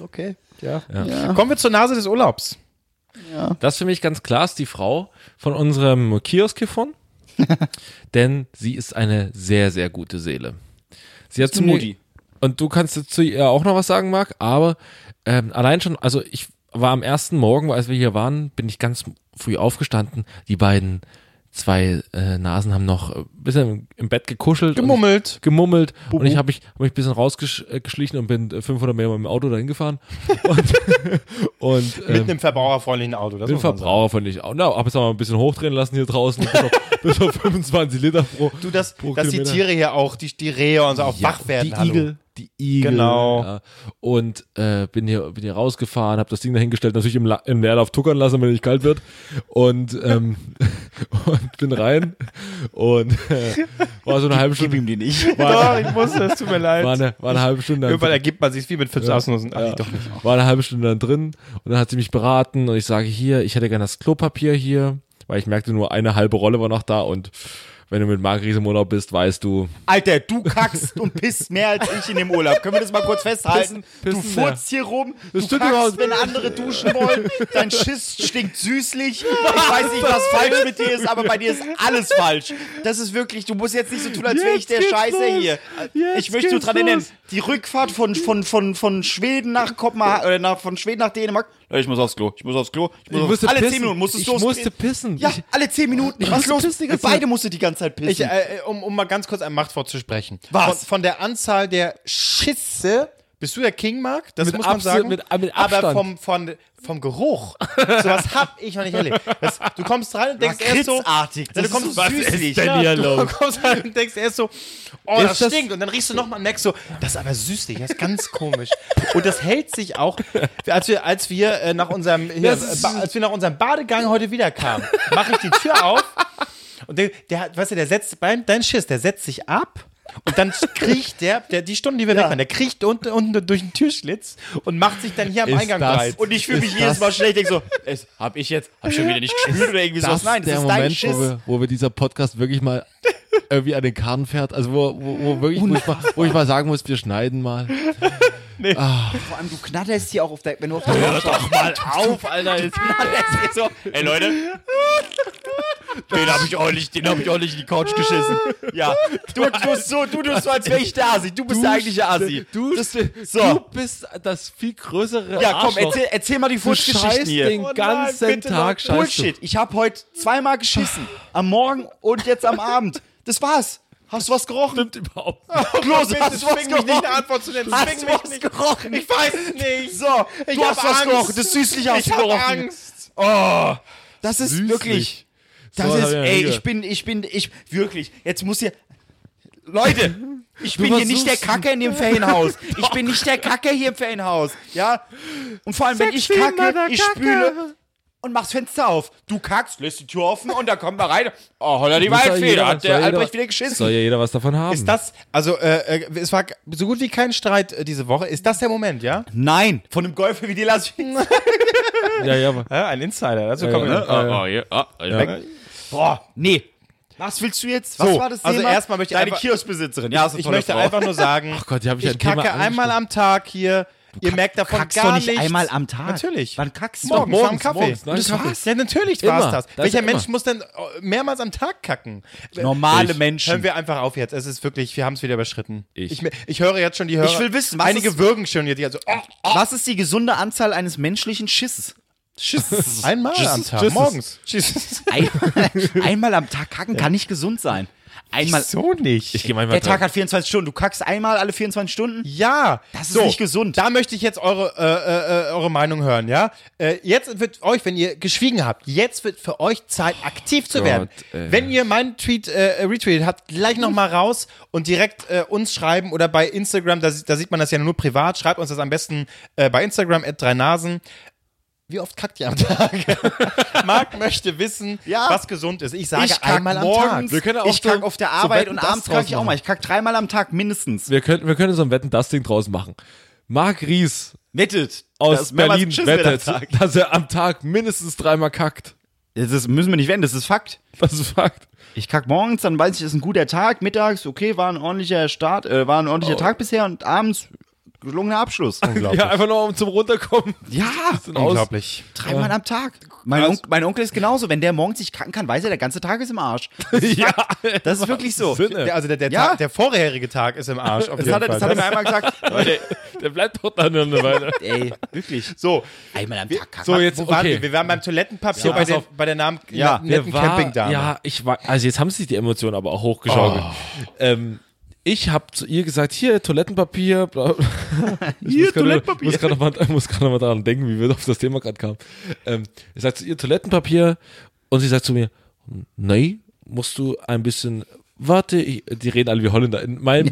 Speaker 2: okay, ja. Kommen wir zur Nase des Urlaubs.
Speaker 3: Das für mich ganz klar ist die Frau von unserem Kiosk
Speaker 2: <laughs>
Speaker 3: hier von. Denn sie ist eine sehr, sehr gute Seele. Sie hat zu mir,
Speaker 1: Mutti.
Speaker 3: Und du kannst jetzt zu ihr auch noch was sagen, Marc, aber ähm, allein schon, also ich war am ersten Morgen, als wir hier waren, bin ich ganz früh aufgestanden. Die beiden zwei äh, Nasen haben noch ein bisschen im, im Bett gekuschelt. und ich-
Speaker 2: Gemummelt.
Speaker 3: gemummelt und ich habe mich, hab mich ein bisschen rausgeschlichen und bin äh, 500 Meter mit dem Auto
Speaker 2: <laughs>
Speaker 3: dahin gefahren. Und, und
Speaker 2: Mit
Speaker 3: ähm,
Speaker 2: einem verbraucherfreundlichen Auto. Das
Speaker 3: bin
Speaker 2: muss man sagen.
Speaker 3: Verbraucher, finde ich auch. Na, hab jetzt auch mal ein bisschen hochdrehen lassen hier draußen. bis, <laughs> auf, bis auf 25 Liter pro.
Speaker 2: Du, dass,
Speaker 3: pro
Speaker 2: dass die
Speaker 3: Kilometer.
Speaker 2: Tiere hier auch, die, die Rehe und so auch
Speaker 3: Ja,
Speaker 2: wach werden.
Speaker 3: Die
Speaker 2: hallo.
Speaker 3: Igel. Die Igel.
Speaker 2: Genau.
Speaker 3: Ja. Und äh, bin, hier, bin hier rausgefahren, habe das Ding dahingestellt, natürlich im, La- im Leerlauf tuckern lassen, wenn nicht kalt wird. Und, ähm, <laughs> und bin rein. Und äh, war so eine halbe
Speaker 1: Gib
Speaker 3: Stunde.
Speaker 1: ihm die
Speaker 2: <laughs>
Speaker 1: nicht.
Speaker 2: Doch, ich musste, es tut mir leid.
Speaker 3: War eine, war eine halbe Stunde. am
Speaker 2: Irgendwann ergibt man sich wie mit Fips ja. Asmussen. Ach,
Speaker 1: Ah,
Speaker 2: ich doch nicht.
Speaker 3: war eine halbe Stunde dann drin und dann hat sie mich beraten und ich sage hier, ich hätte gerne das Klopapier hier, weil ich merkte nur eine halbe Rolle war noch da und wenn du mit Marc Ries im Urlaub bist, weißt du,
Speaker 1: Alter, du kackst und pisst mehr als ich in dem Urlaub. Können wir das mal kurz festhalten?
Speaker 3: Pissen,
Speaker 1: du
Speaker 3: pissen,
Speaker 1: furzt hier rum,
Speaker 3: Das
Speaker 1: du
Speaker 3: tut überhaupt-
Speaker 1: kackst, wenn andere duschen wollen, dein Schiss stinkt süßlich. Ich weiß nicht, was falsch mit dir ist, aber bei dir ist alles falsch. Das ist wirklich, du musst jetzt nicht so tun, als wäre ich
Speaker 3: Jetzt
Speaker 1: der
Speaker 3: geht's
Speaker 1: Scheiße
Speaker 3: los.
Speaker 1: hier.
Speaker 3: Jetzt
Speaker 1: ich möchte nur
Speaker 3: geht's
Speaker 1: dran erinnern,
Speaker 3: los.
Speaker 1: die Rückfahrt von, von, von, von Schweden nach Kopenhagen, oder nach, von Schweden nach Dänemark. Leute, Ich muss aufs Klo, ich muss aufs Klo. Ich muss aufs, alle zehn Minuten musstest
Speaker 3: ich
Speaker 1: du aufs
Speaker 3: musste
Speaker 1: Klo.
Speaker 3: pissen.
Speaker 1: Ja,
Speaker 3: Ich,
Speaker 1: alle zehn Minuten. Was
Speaker 3: musste
Speaker 1: ist los?
Speaker 3: pissen die ganze Zeit.
Speaker 1: Beide musste die ganze Zeit pissen.
Speaker 2: Ich, äh, äh, um, um mal ganz kurz ein Machtwort zu sprechen.
Speaker 1: Was?
Speaker 2: Von, von der Anzahl der Schisse. Bist du der King, Mark? Das
Speaker 3: Mit
Speaker 2: muss man
Speaker 3: Abs-
Speaker 2: sagen.
Speaker 3: mit- äh, mit
Speaker 2: Aber
Speaker 3: Abstand.
Speaker 2: vom, von, vom Geruch. Sowas hab ich noch nicht erlebt. Das, du kommst rein und denkst erst so.
Speaker 1: Lakritzartig. Das
Speaker 2: du
Speaker 1: ist
Speaker 2: kommst
Speaker 1: so- was
Speaker 2: süßlich.
Speaker 1: ist denn
Speaker 2: ja,
Speaker 1: hier
Speaker 2: <laughs> du
Speaker 1: los?
Speaker 2: kommst rein und denkst erst so, oh,
Speaker 3: Ist
Speaker 2: das,
Speaker 3: das-
Speaker 2: stinkt. Und dann riechst du nochmal und merkst so, das ist aber süßlich, das ist ganz komisch. Und das hält sich auch, als wir, als wir äh, nach unserem, hier,
Speaker 3: Das ist-
Speaker 2: ba- als wir nach unserem Badegang heute wieder kamen, mache ich die Tür auf und der, der hat, weißt du, der setzt, beim, dein Schiss, der setzt sich ab und dann kriecht der, der die Stunden, die wir weg waren, der kriecht unten, unten durch den Türschlitz und macht sich dann hier am
Speaker 3: Ist
Speaker 2: Eingang
Speaker 3: das-
Speaker 2: breit.
Speaker 1: Und ich fühle mich
Speaker 3: Ist
Speaker 1: jedes
Speaker 3: das-
Speaker 1: Mal schlecht. Ich denke so,
Speaker 3: <laughs>
Speaker 1: es hab ich jetzt, hab ich schon wieder nicht gespült oder irgendwie sowas. Nein, das
Speaker 3: der
Speaker 1: ist dein
Speaker 3: Moment, wo
Speaker 1: Schiss. <laughs>
Speaker 3: wir, wo wir dieser Podcast wirklich mal
Speaker 6: irgendwie an den Karren fährt. Also wo, wo, wo wirklich, wo ich, mal, wo ich mal sagen muss, wir schneiden mal.
Speaker 1: Vor allem, du knatterst hier auch auf der, wenn du auf der Hör doch
Speaker 4: Mal auf, Alter.
Speaker 1: <laughs>
Speaker 4: Jetzt. so, ey, Leute. Den habe ich ordentlich, den habe ich ordentlich in die Couch geschissen. Ja, du tust so, du tust so, als wäre ich der Asi. Du bist der eigentliche Asi.
Speaker 6: Du,
Speaker 4: Das-
Speaker 6: du
Speaker 4: so.
Speaker 6: bist das viel größere
Speaker 4: Ja, komm,
Speaker 6: Arschloch.
Speaker 4: erzähl, erzähl mal die
Speaker 6: Du
Speaker 4: Furchtgeschichten
Speaker 6: scheißt den
Speaker 1: Oh
Speaker 4: hier.
Speaker 6: ganzen Tag scheißt du.
Speaker 1: Bullshit. Ich habe heute zweimal geschissen. Am Morgen und jetzt am Abend. Das war's. Hast du was gerochen?
Speaker 3: Stimmt überhaupt nicht.
Speaker 1: Los, hast du was
Speaker 2: Zwing mich nicht, eine
Speaker 1: gerochen?
Speaker 2: Antwort zu nennen.
Speaker 1: Hast
Speaker 2: Zwing
Speaker 1: du
Speaker 2: mich
Speaker 1: was
Speaker 2: nicht.
Speaker 1: gerochen?
Speaker 2: Ich weiß es nicht.
Speaker 1: So, du
Speaker 2: hab
Speaker 1: hast was
Speaker 2: Angst.
Speaker 1: gerochen. Das Süßliche hast
Speaker 2: ich
Speaker 1: du
Speaker 2: habe
Speaker 1: gerochen.
Speaker 2: Angst.
Speaker 1: Das ist
Speaker 3: Süßlich.
Speaker 1: wirklich. Das
Speaker 3: was hab
Speaker 1: ist,
Speaker 3: ich noch nie
Speaker 1: ey,
Speaker 3: gehört.
Speaker 1: ich bin, ich bin, ich, wirklich, jetzt muss hier, Leute,
Speaker 3: <laughs>
Speaker 1: ich bin hier nicht der
Speaker 3: versuchst-
Speaker 1: Kacker in dem Ferienhaus. Ich bin nicht der Kacker hier im Ferienhaus, ja? Und vor allem, wenn ich kacke, ich spüle und mach's Fenster auf. Du kackst, lässt die Tür offen und da kommt da rein. Oh, holla die
Speaker 3: Muss ja
Speaker 1: Waldfeder,
Speaker 3: jeder-
Speaker 1: hat
Speaker 3: soll
Speaker 1: der
Speaker 3: jeder-
Speaker 1: Albrecht wieder geschissen.
Speaker 3: Soll ja jeder was davon haben.
Speaker 2: Ist das, also äh, äh, es war so gut wie kein Streit äh, diese Woche. Ist das der Moment, ja?
Speaker 1: Nein, von einem Golfer wie dir lass ich
Speaker 3: ja, ja,
Speaker 1: Äh,
Speaker 3: aber.
Speaker 2: ja ein Insider,
Speaker 1: also
Speaker 2: dazu
Speaker 3: Ja,
Speaker 2: kommen
Speaker 6: Äh,
Speaker 2: wir.
Speaker 3: ja.
Speaker 2: noch.
Speaker 4: Oh, oh, ja. ah, weg.
Speaker 1: Boah, nee. Was willst du jetzt? Was
Speaker 2: So,
Speaker 1: war das
Speaker 2: also
Speaker 1: Thema?
Speaker 2: erstmal möchte ich
Speaker 1: Deine
Speaker 2: einfach-
Speaker 1: Kioskbesitzerin. Ja, ist eine
Speaker 2: Ich
Speaker 1: tolle
Speaker 2: möchte
Speaker 1: Frau.
Speaker 2: einfach
Speaker 1: <laughs>
Speaker 2: nur sagen,
Speaker 6: Ach Gott, die habe ich
Speaker 2: ich
Speaker 6: ein Thema
Speaker 2: kacke einmal
Speaker 6: angesprochen.
Speaker 2: am Tag hier. Ihr merkt davon
Speaker 1: kackst
Speaker 2: gar
Speaker 1: doch nicht
Speaker 2: nichts.
Speaker 1: einmal am Tag.
Speaker 2: Natürlich.
Speaker 1: Wann kackst du?
Speaker 2: Morgens,
Speaker 1: Morgens,
Speaker 2: nach dem Kaffee.
Speaker 6: morgens, nach
Speaker 2: Und
Speaker 6: dem
Speaker 2: das
Speaker 6: Kaffee.
Speaker 2: war's. Ja, natürlich war's
Speaker 6: Immer.
Speaker 2: das.
Speaker 6: Das
Speaker 2: Welcher
Speaker 6: ist ja
Speaker 2: Mensch
Speaker 6: immer.
Speaker 2: muss denn äh, mehrmals am Tag kacken?
Speaker 1: Normale
Speaker 4: Ich-
Speaker 1: Menschen.
Speaker 2: Hören wir einfach auf jetzt. Es ist wirklich, wir haben es wieder überschritten.
Speaker 4: Ich.
Speaker 2: ich. ich höre jetzt schon die Hörer.
Speaker 1: Ich will wissen, was
Speaker 2: Einige
Speaker 1: ist-
Speaker 2: würgen schon jetzt. Also, oh,
Speaker 1: Was ist die gesunde Anzahl eines menschlichen Schisses? Schiss.
Speaker 2: einmal am Tag. Morgens.
Speaker 1: <laughs> Einmal, einmal am Tag kacken kann nicht gesund sein. Einmal.
Speaker 2: so nicht.
Speaker 3: Ich gehe manchmal.
Speaker 1: Der Tag hat 24 Stunden. Du kackst einmal alle 24 Stunden?
Speaker 2: Ja,
Speaker 1: Das ist nicht gesund.
Speaker 2: Da möchte ich jetzt eure, äh, äh, äh, eure Meinung hören, ja? Äh, jetzt wird euch, wenn ihr geschwiegen habt, jetzt wird für euch Zeit, aktiv zu werden.
Speaker 6: ey.
Speaker 2: Wenn ihr meinen Tweet äh, retweetet habt, gleich nochmal raus und direkt äh, uns schreiben oder bei Instagram, da, sie- da sieht man das ja nur privat, schreibt uns das am besten äh, bei Instagram, at drei Nasen. Wie oft kackt ihr am Tag? <laughs> Marc möchte wissen,
Speaker 1: Ja.
Speaker 2: was gesund ist. Ich sage
Speaker 1: ich kack
Speaker 2: einmal am
Speaker 1: morgens.
Speaker 2: Tag.
Speaker 6: Wir können auch
Speaker 1: ich
Speaker 6: so-
Speaker 1: kack auf der
Speaker 6: so
Speaker 1: Arbeit
Speaker 6: Wetten,
Speaker 1: und
Speaker 6: das
Speaker 1: abends kacke ich
Speaker 6: draus
Speaker 1: auch
Speaker 6: machen.
Speaker 1: mal. Ich kack dreimal am Tag mindestens.
Speaker 3: wir können, wir können so ein Wetten das Ding draus machen. Marc Ries
Speaker 1: Wettet. Das
Speaker 3: aus
Speaker 1: ist mehrmals
Speaker 3: Berlin
Speaker 1: Schiss wird am
Speaker 3: wettet,
Speaker 1: Tag.
Speaker 3: dass er am Tag mindestens dreimal kackt.
Speaker 1: Das ist, müssen wir nicht wetten, das ist Fakt.
Speaker 3: Das ist Fakt.
Speaker 1: Ich kack morgens, dann weiß ich, ist ein guter Tag. Mittags, okay, war ein ordentlicher Start, äh, war ein ordentlicher Tag bisher und abends gelungener Abschluss.
Speaker 3: Ja, einfach nur um zum Runterkommen.
Speaker 1: ja.
Speaker 3: Sind aus.
Speaker 2: Unglaublich.
Speaker 1: Dreimal am Tag. Mein, Onk- mein Onkel ist genauso. Wenn der morgens sich kacken kann, weiß er, der ganze Tag ist im Arsch. <laughs>
Speaker 3: Ja,
Speaker 1: Das ist wirklich so.
Speaker 3: Sinne.
Speaker 2: Der, also der, der,
Speaker 1: Ja.
Speaker 2: Tag, der vorherige Tag ist im Arsch. Auf
Speaker 1: Das hat, er, das hat er mir einmal <laughs> gesagt.
Speaker 3: der, der bleibt doch dann eine Weile.
Speaker 1: Ey, wirklich.
Speaker 2: So,
Speaker 1: Einmal am Tag kacken.
Speaker 3: So, jetzt,
Speaker 2: wo waren
Speaker 3: okay.
Speaker 2: wir? Wir waren beim Toilettenpapier
Speaker 3: So,
Speaker 2: bei,
Speaker 3: pass
Speaker 2: den,
Speaker 3: auf.
Speaker 2: bei der Namen,
Speaker 1: Ja,
Speaker 2: na- netten
Speaker 3: Der war-
Speaker 2: Campingdame.
Speaker 3: Ja, ich war, also jetzt haben sich die Emotionen aber auch hochgeschaukelt. Ähm, ich habe zu ihr gesagt, hier Toilettenpapier. Bla, bla. Hier Toilettenpapier. Muss gerade mal, muss gerade mal daran denken, wie wir auf das Thema gerade kamen. Ähm, ich sage zu ihr Toilettenpapier und sie sagt zu mir, nein, musst du ein bisschen Warte, ich, die reden alle wie Holländer. In meinem,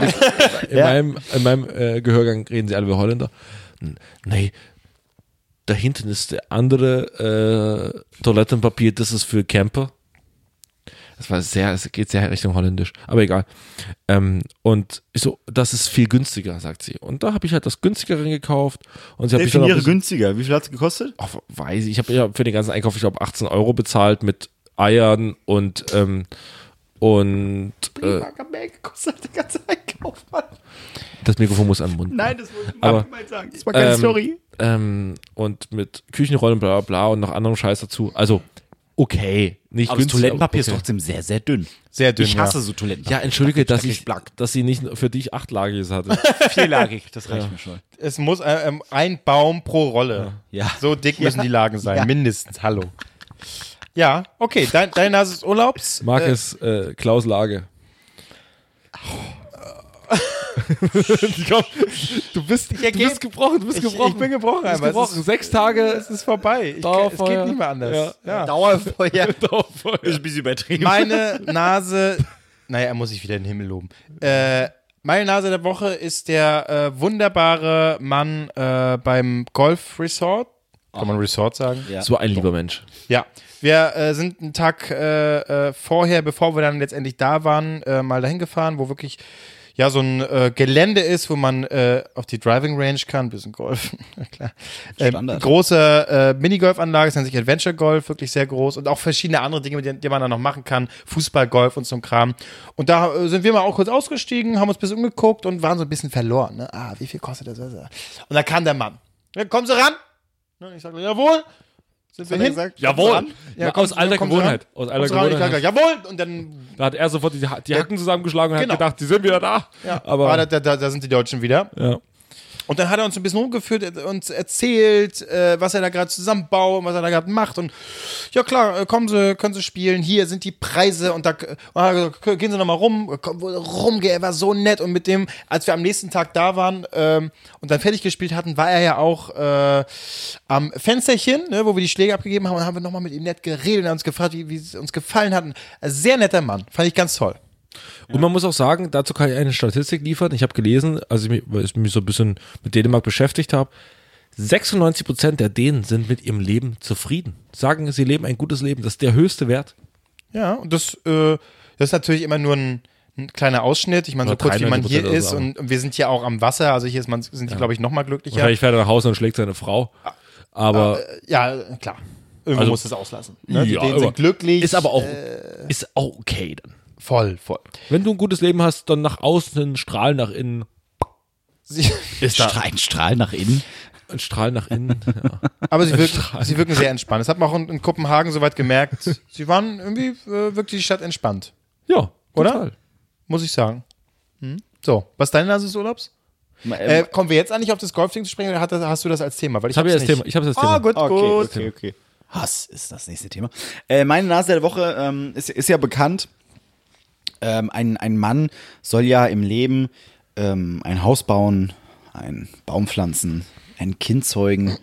Speaker 3: in meinem, in meinem äh, Gehörgang reden sie alle wie Holländer. N- Nee, da hinten ist der andere äh, Toilettenpapier, das ist für Camper. Das war sehr, es geht sehr Richtung Holländisch, aber egal. Ähm, und ich so, das ist viel günstiger, sagt sie. Und da habe ich halt das günstigere gekauft und sie hat mich dann noch ein bisschen-
Speaker 1: günstiger. Wie viel hat es gekostet?
Speaker 3: ach, weiß ich, ich habe ja für den ganzen Einkauf, ich glaube, 18 Euro bezahlt mit Eiern und ähm, und äh,
Speaker 1: Mehr gekostet der ganze Einkauf, Mann.
Speaker 3: das Mikrofon muss an den Mund.
Speaker 1: Nein, das wollte ich
Speaker 3: Aber-
Speaker 1: mal sagen. Das war keine
Speaker 3: Ähm,
Speaker 1: Story.
Speaker 3: Ähm, und mit Küchenrollen, bla bla bla und noch anderem Scheiß dazu. Also, okay, nicht günstig. aber okay.
Speaker 1: trotzdem sehr, sehr dünn.
Speaker 2: Sehr dünn.
Speaker 1: Ich hasse so Toilettenpapier.
Speaker 3: Ja, entschuldige, dass
Speaker 1: Schrecklich
Speaker 3: ich,
Speaker 1: black.
Speaker 3: dass sie nicht für dich achtlagiges hatte.
Speaker 1: vierlagig. Das reicht mir schon.
Speaker 2: ja. Es muss äh, ähm, ein Baum pro Rolle.
Speaker 1: Ja.
Speaker 2: So dick müssen die Lagen sein,
Speaker 1: Ja.
Speaker 2: mindestens. Hallo. Ja, okay. Dein, deine Nase ist Urlaubs.
Speaker 3: Mag <laughs> es äh, Klaus Lage. du bist, du
Speaker 2: geh-
Speaker 3: bist gebrochen, du bist
Speaker 2: Ich,
Speaker 3: gebrochen.
Speaker 2: ich bin gebrochen.
Speaker 3: Du bist
Speaker 2: einmal.
Speaker 3: gebrochen.
Speaker 2: Es ist,
Speaker 3: Sechs Tage
Speaker 2: es ist vorbei. Ich, es
Speaker 3: Dauerfeuer.
Speaker 2: geht nicht mehr anders. Ja.
Speaker 1: Dauerfeuer.
Speaker 3: Dauerfeuer.
Speaker 1: ein bisschen übertrieben.
Speaker 2: Meine Nase, naja, er muss sich wieder in den Himmel loben. Äh, meine Nase der Woche ist der äh, wunderbare Mann äh, beim Golf Resort. Kann man Resort sagen?
Speaker 1: Ja.
Speaker 3: So ein lieber Mensch.
Speaker 2: Ja, wir äh, sind einen Tag äh, äh, vorher, bevor wir dann letztendlich da waren, äh, mal dahin gefahren, wo wirklich ja, so ein äh, Gelände ist, wo man äh, auf die Driving Range kann, bisschen Golf, <laughs> na klar. Ähm,
Speaker 1: Standard.
Speaker 2: große äh, Minigolfanlage, es nennt sich Adventure Golf, wirklich sehr groß und auch verschiedene andere Dinge, mit denen, die man da noch machen kann, Fußball, Golf und so ein Kram. Und da äh, sind wir mal auch kurz ausgestiegen, haben uns ein bisschen umgeguckt und waren so ein bisschen verloren. Ne? Ah, wie viel kostet das? Und da kam der Mann. Ja, kommen Sie ran! Ne, und Ich sagte, jawohl! Sind wir hin?
Speaker 3: Jawohl.
Speaker 2: Ja,
Speaker 3: aus
Speaker 2: kommst-
Speaker 3: alter
Speaker 2: kommst
Speaker 3: Gewohnheit.
Speaker 2: ran?
Speaker 3: Aus alter
Speaker 2: Kommst ran? Ich
Speaker 3: Gewohnheit.
Speaker 2: sag, Jawohl! Und dann
Speaker 3: Da hat er sofort die, Ha- die Hacken zusammengeschlagen und
Speaker 2: Genau.
Speaker 3: hat gedacht, die sind wieder da.
Speaker 2: Ja, aber da,
Speaker 3: Aber
Speaker 2: da, da sind die Deutschen wieder.
Speaker 3: ja.
Speaker 2: Und dann hat er uns ein bisschen rumgeführt, äh, uns erzählt, äh, was er da gerade zusammenbaut, und was er da gerade macht. Und ja klar, äh, kommen Sie, können Sie spielen. Hier sind die Preise. Und da und dann hat er gesagt, gehen Sie noch mal rum. Komm, rumge, er war so nett. Und mit dem, als wir am nächsten Tag da waren ähm, und dann fertig gespielt hatten, war er ja auch äh, am Fensterchen, ne, wo wir die Schläge abgegeben haben. Und dann haben wir noch mal mit ihm nett geredet und er hat uns gefragt, wie wie es uns gefallen hat. Ein Sehr netter Mann, fand ich ganz toll.
Speaker 3: Und man muss auch sagen, dazu kann ich eine Statistik liefern. Ich habe gelesen, als ich mich, weil ich mich so ein bisschen mit Dänemark beschäftigt habe, 96 Prozent der Dänen sind mit ihrem Leben zufrieden. Sagen, sie leben ein gutes Leben. Das ist der höchste Wert.
Speaker 2: Ja, und das, äh, das ist natürlich immer nur ein, ein kleiner Ausschnitt. Ich meine, so
Speaker 3: Oder
Speaker 2: kurz wie man
Speaker 3: 93%
Speaker 2: hier
Speaker 3: oder
Speaker 2: ist
Speaker 3: so.
Speaker 2: und wir sind hier auch am Wasser, also hier ist man, sind die, glaube ich, noch mal glücklicher.
Speaker 3: Wahrscheinlich fährt er nach Hause und schlägt seine Frau.
Speaker 2: Ah,
Speaker 3: Aber
Speaker 2: Ja, klar. Irgendwo
Speaker 3: Also-
Speaker 2: muss es auslassen. Ne? die
Speaker 3: Ja,
Speaker 2: Dänen
Speaker 3: aber-
Speaker 2: sind glücklich. äh,
Speaker 3: ist aber auch ist auch okay dann.
Speaker 2: voll, voll.
Speaker 3: Wenn du ein gutes Leben hast, dann nach außen hin, Strahlen nach innen.
Speaker 2: Sie,
Speaker 1: Ist Strahl, Strahl nach innen.
Speaker 3: Ein Strahl nach innen. Ja. <laughs>
Speaker 2: aber sie wirken, sie wirken sehr entspannt. Das hat man auch in, in Kopenhagen soweit gemerkt. sie waren irgendwie äh, wirklich die Stadt entspannt,
Speaker 3: ja
Speaker 2: Oder?
Speaker 3: total.
Speaker 2: muss ich sagen. Hm? So, was ist deine Nase des Urlaubs? Äh, kommen wir jetzt eigentlich auf das Golfding zu sprechen oder hat das, hast du das als Thema? Weil ich
Speaker 3: Das habe Ähm, ich
Speaker 2: hab's
Speaker 3: als
Speaker 2: nicht.
Speaker 3: Thema. Ich habe das als Thema.
Speaker 2: Ah, gut, gut.
Speaker 1: okay, okay. Hass ist das nächste Thema. Äh, meine Nase der Woche ähm, ist, ist ja bekannt. Ähm, ein, ein Mann soll ja im Leben ähm, ein Haus bauen, einen Baum pflanzen, ein Kind zeugen.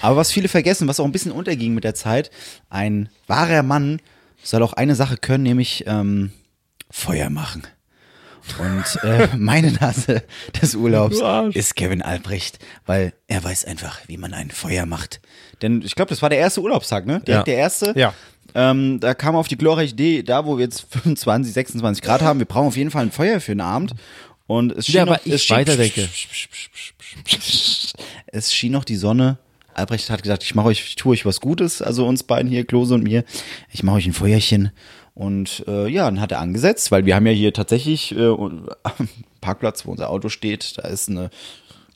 Speaker 1: Aber was viele vergessen, was auch ein bisschen unterging mit der Zeit, ein wahrer Mann soll auch eine Sache können, nämlich ähm, Feuer machen. Und <laughs> äh, meine Nase des Urlaubs ist Kevin Albrecht, weil er weiß einfach, wie man ein Feuer macht. Denn ich glaube, das war der erste Urlaubstag, ne? Direkt
Speaker 3: Ja.
Speaker 1: der erste.
Speaker 2: Ja.
Speaker 1: Ähm, da kam auf die glorreiche Idee, da wo wir jetzt <laughs> 25, 26 Grad haben, wir brauchen auf jeden Fall ein Feuer für den Abend. Und es schien,
Speaker 3: Ja,
Speaker 1: noch,
Speaker 3: aber ich
Speaker 1: es, schien,
Speaker 3: weiterdenke.
Speaker 1: es schien noch die Sonne. Albrecht hat gesagt, ich mache euch, ich tue euch was Gutes, also uns beiden hier, Klose und mir. Ich mache euch ein Feuerchen. Und äh, ja, dann hat er angesetzt, weil wir haben ja hier tatsächlich äh, und- <laughs> Parkplatz, wo unser Auto steht. Da ist eine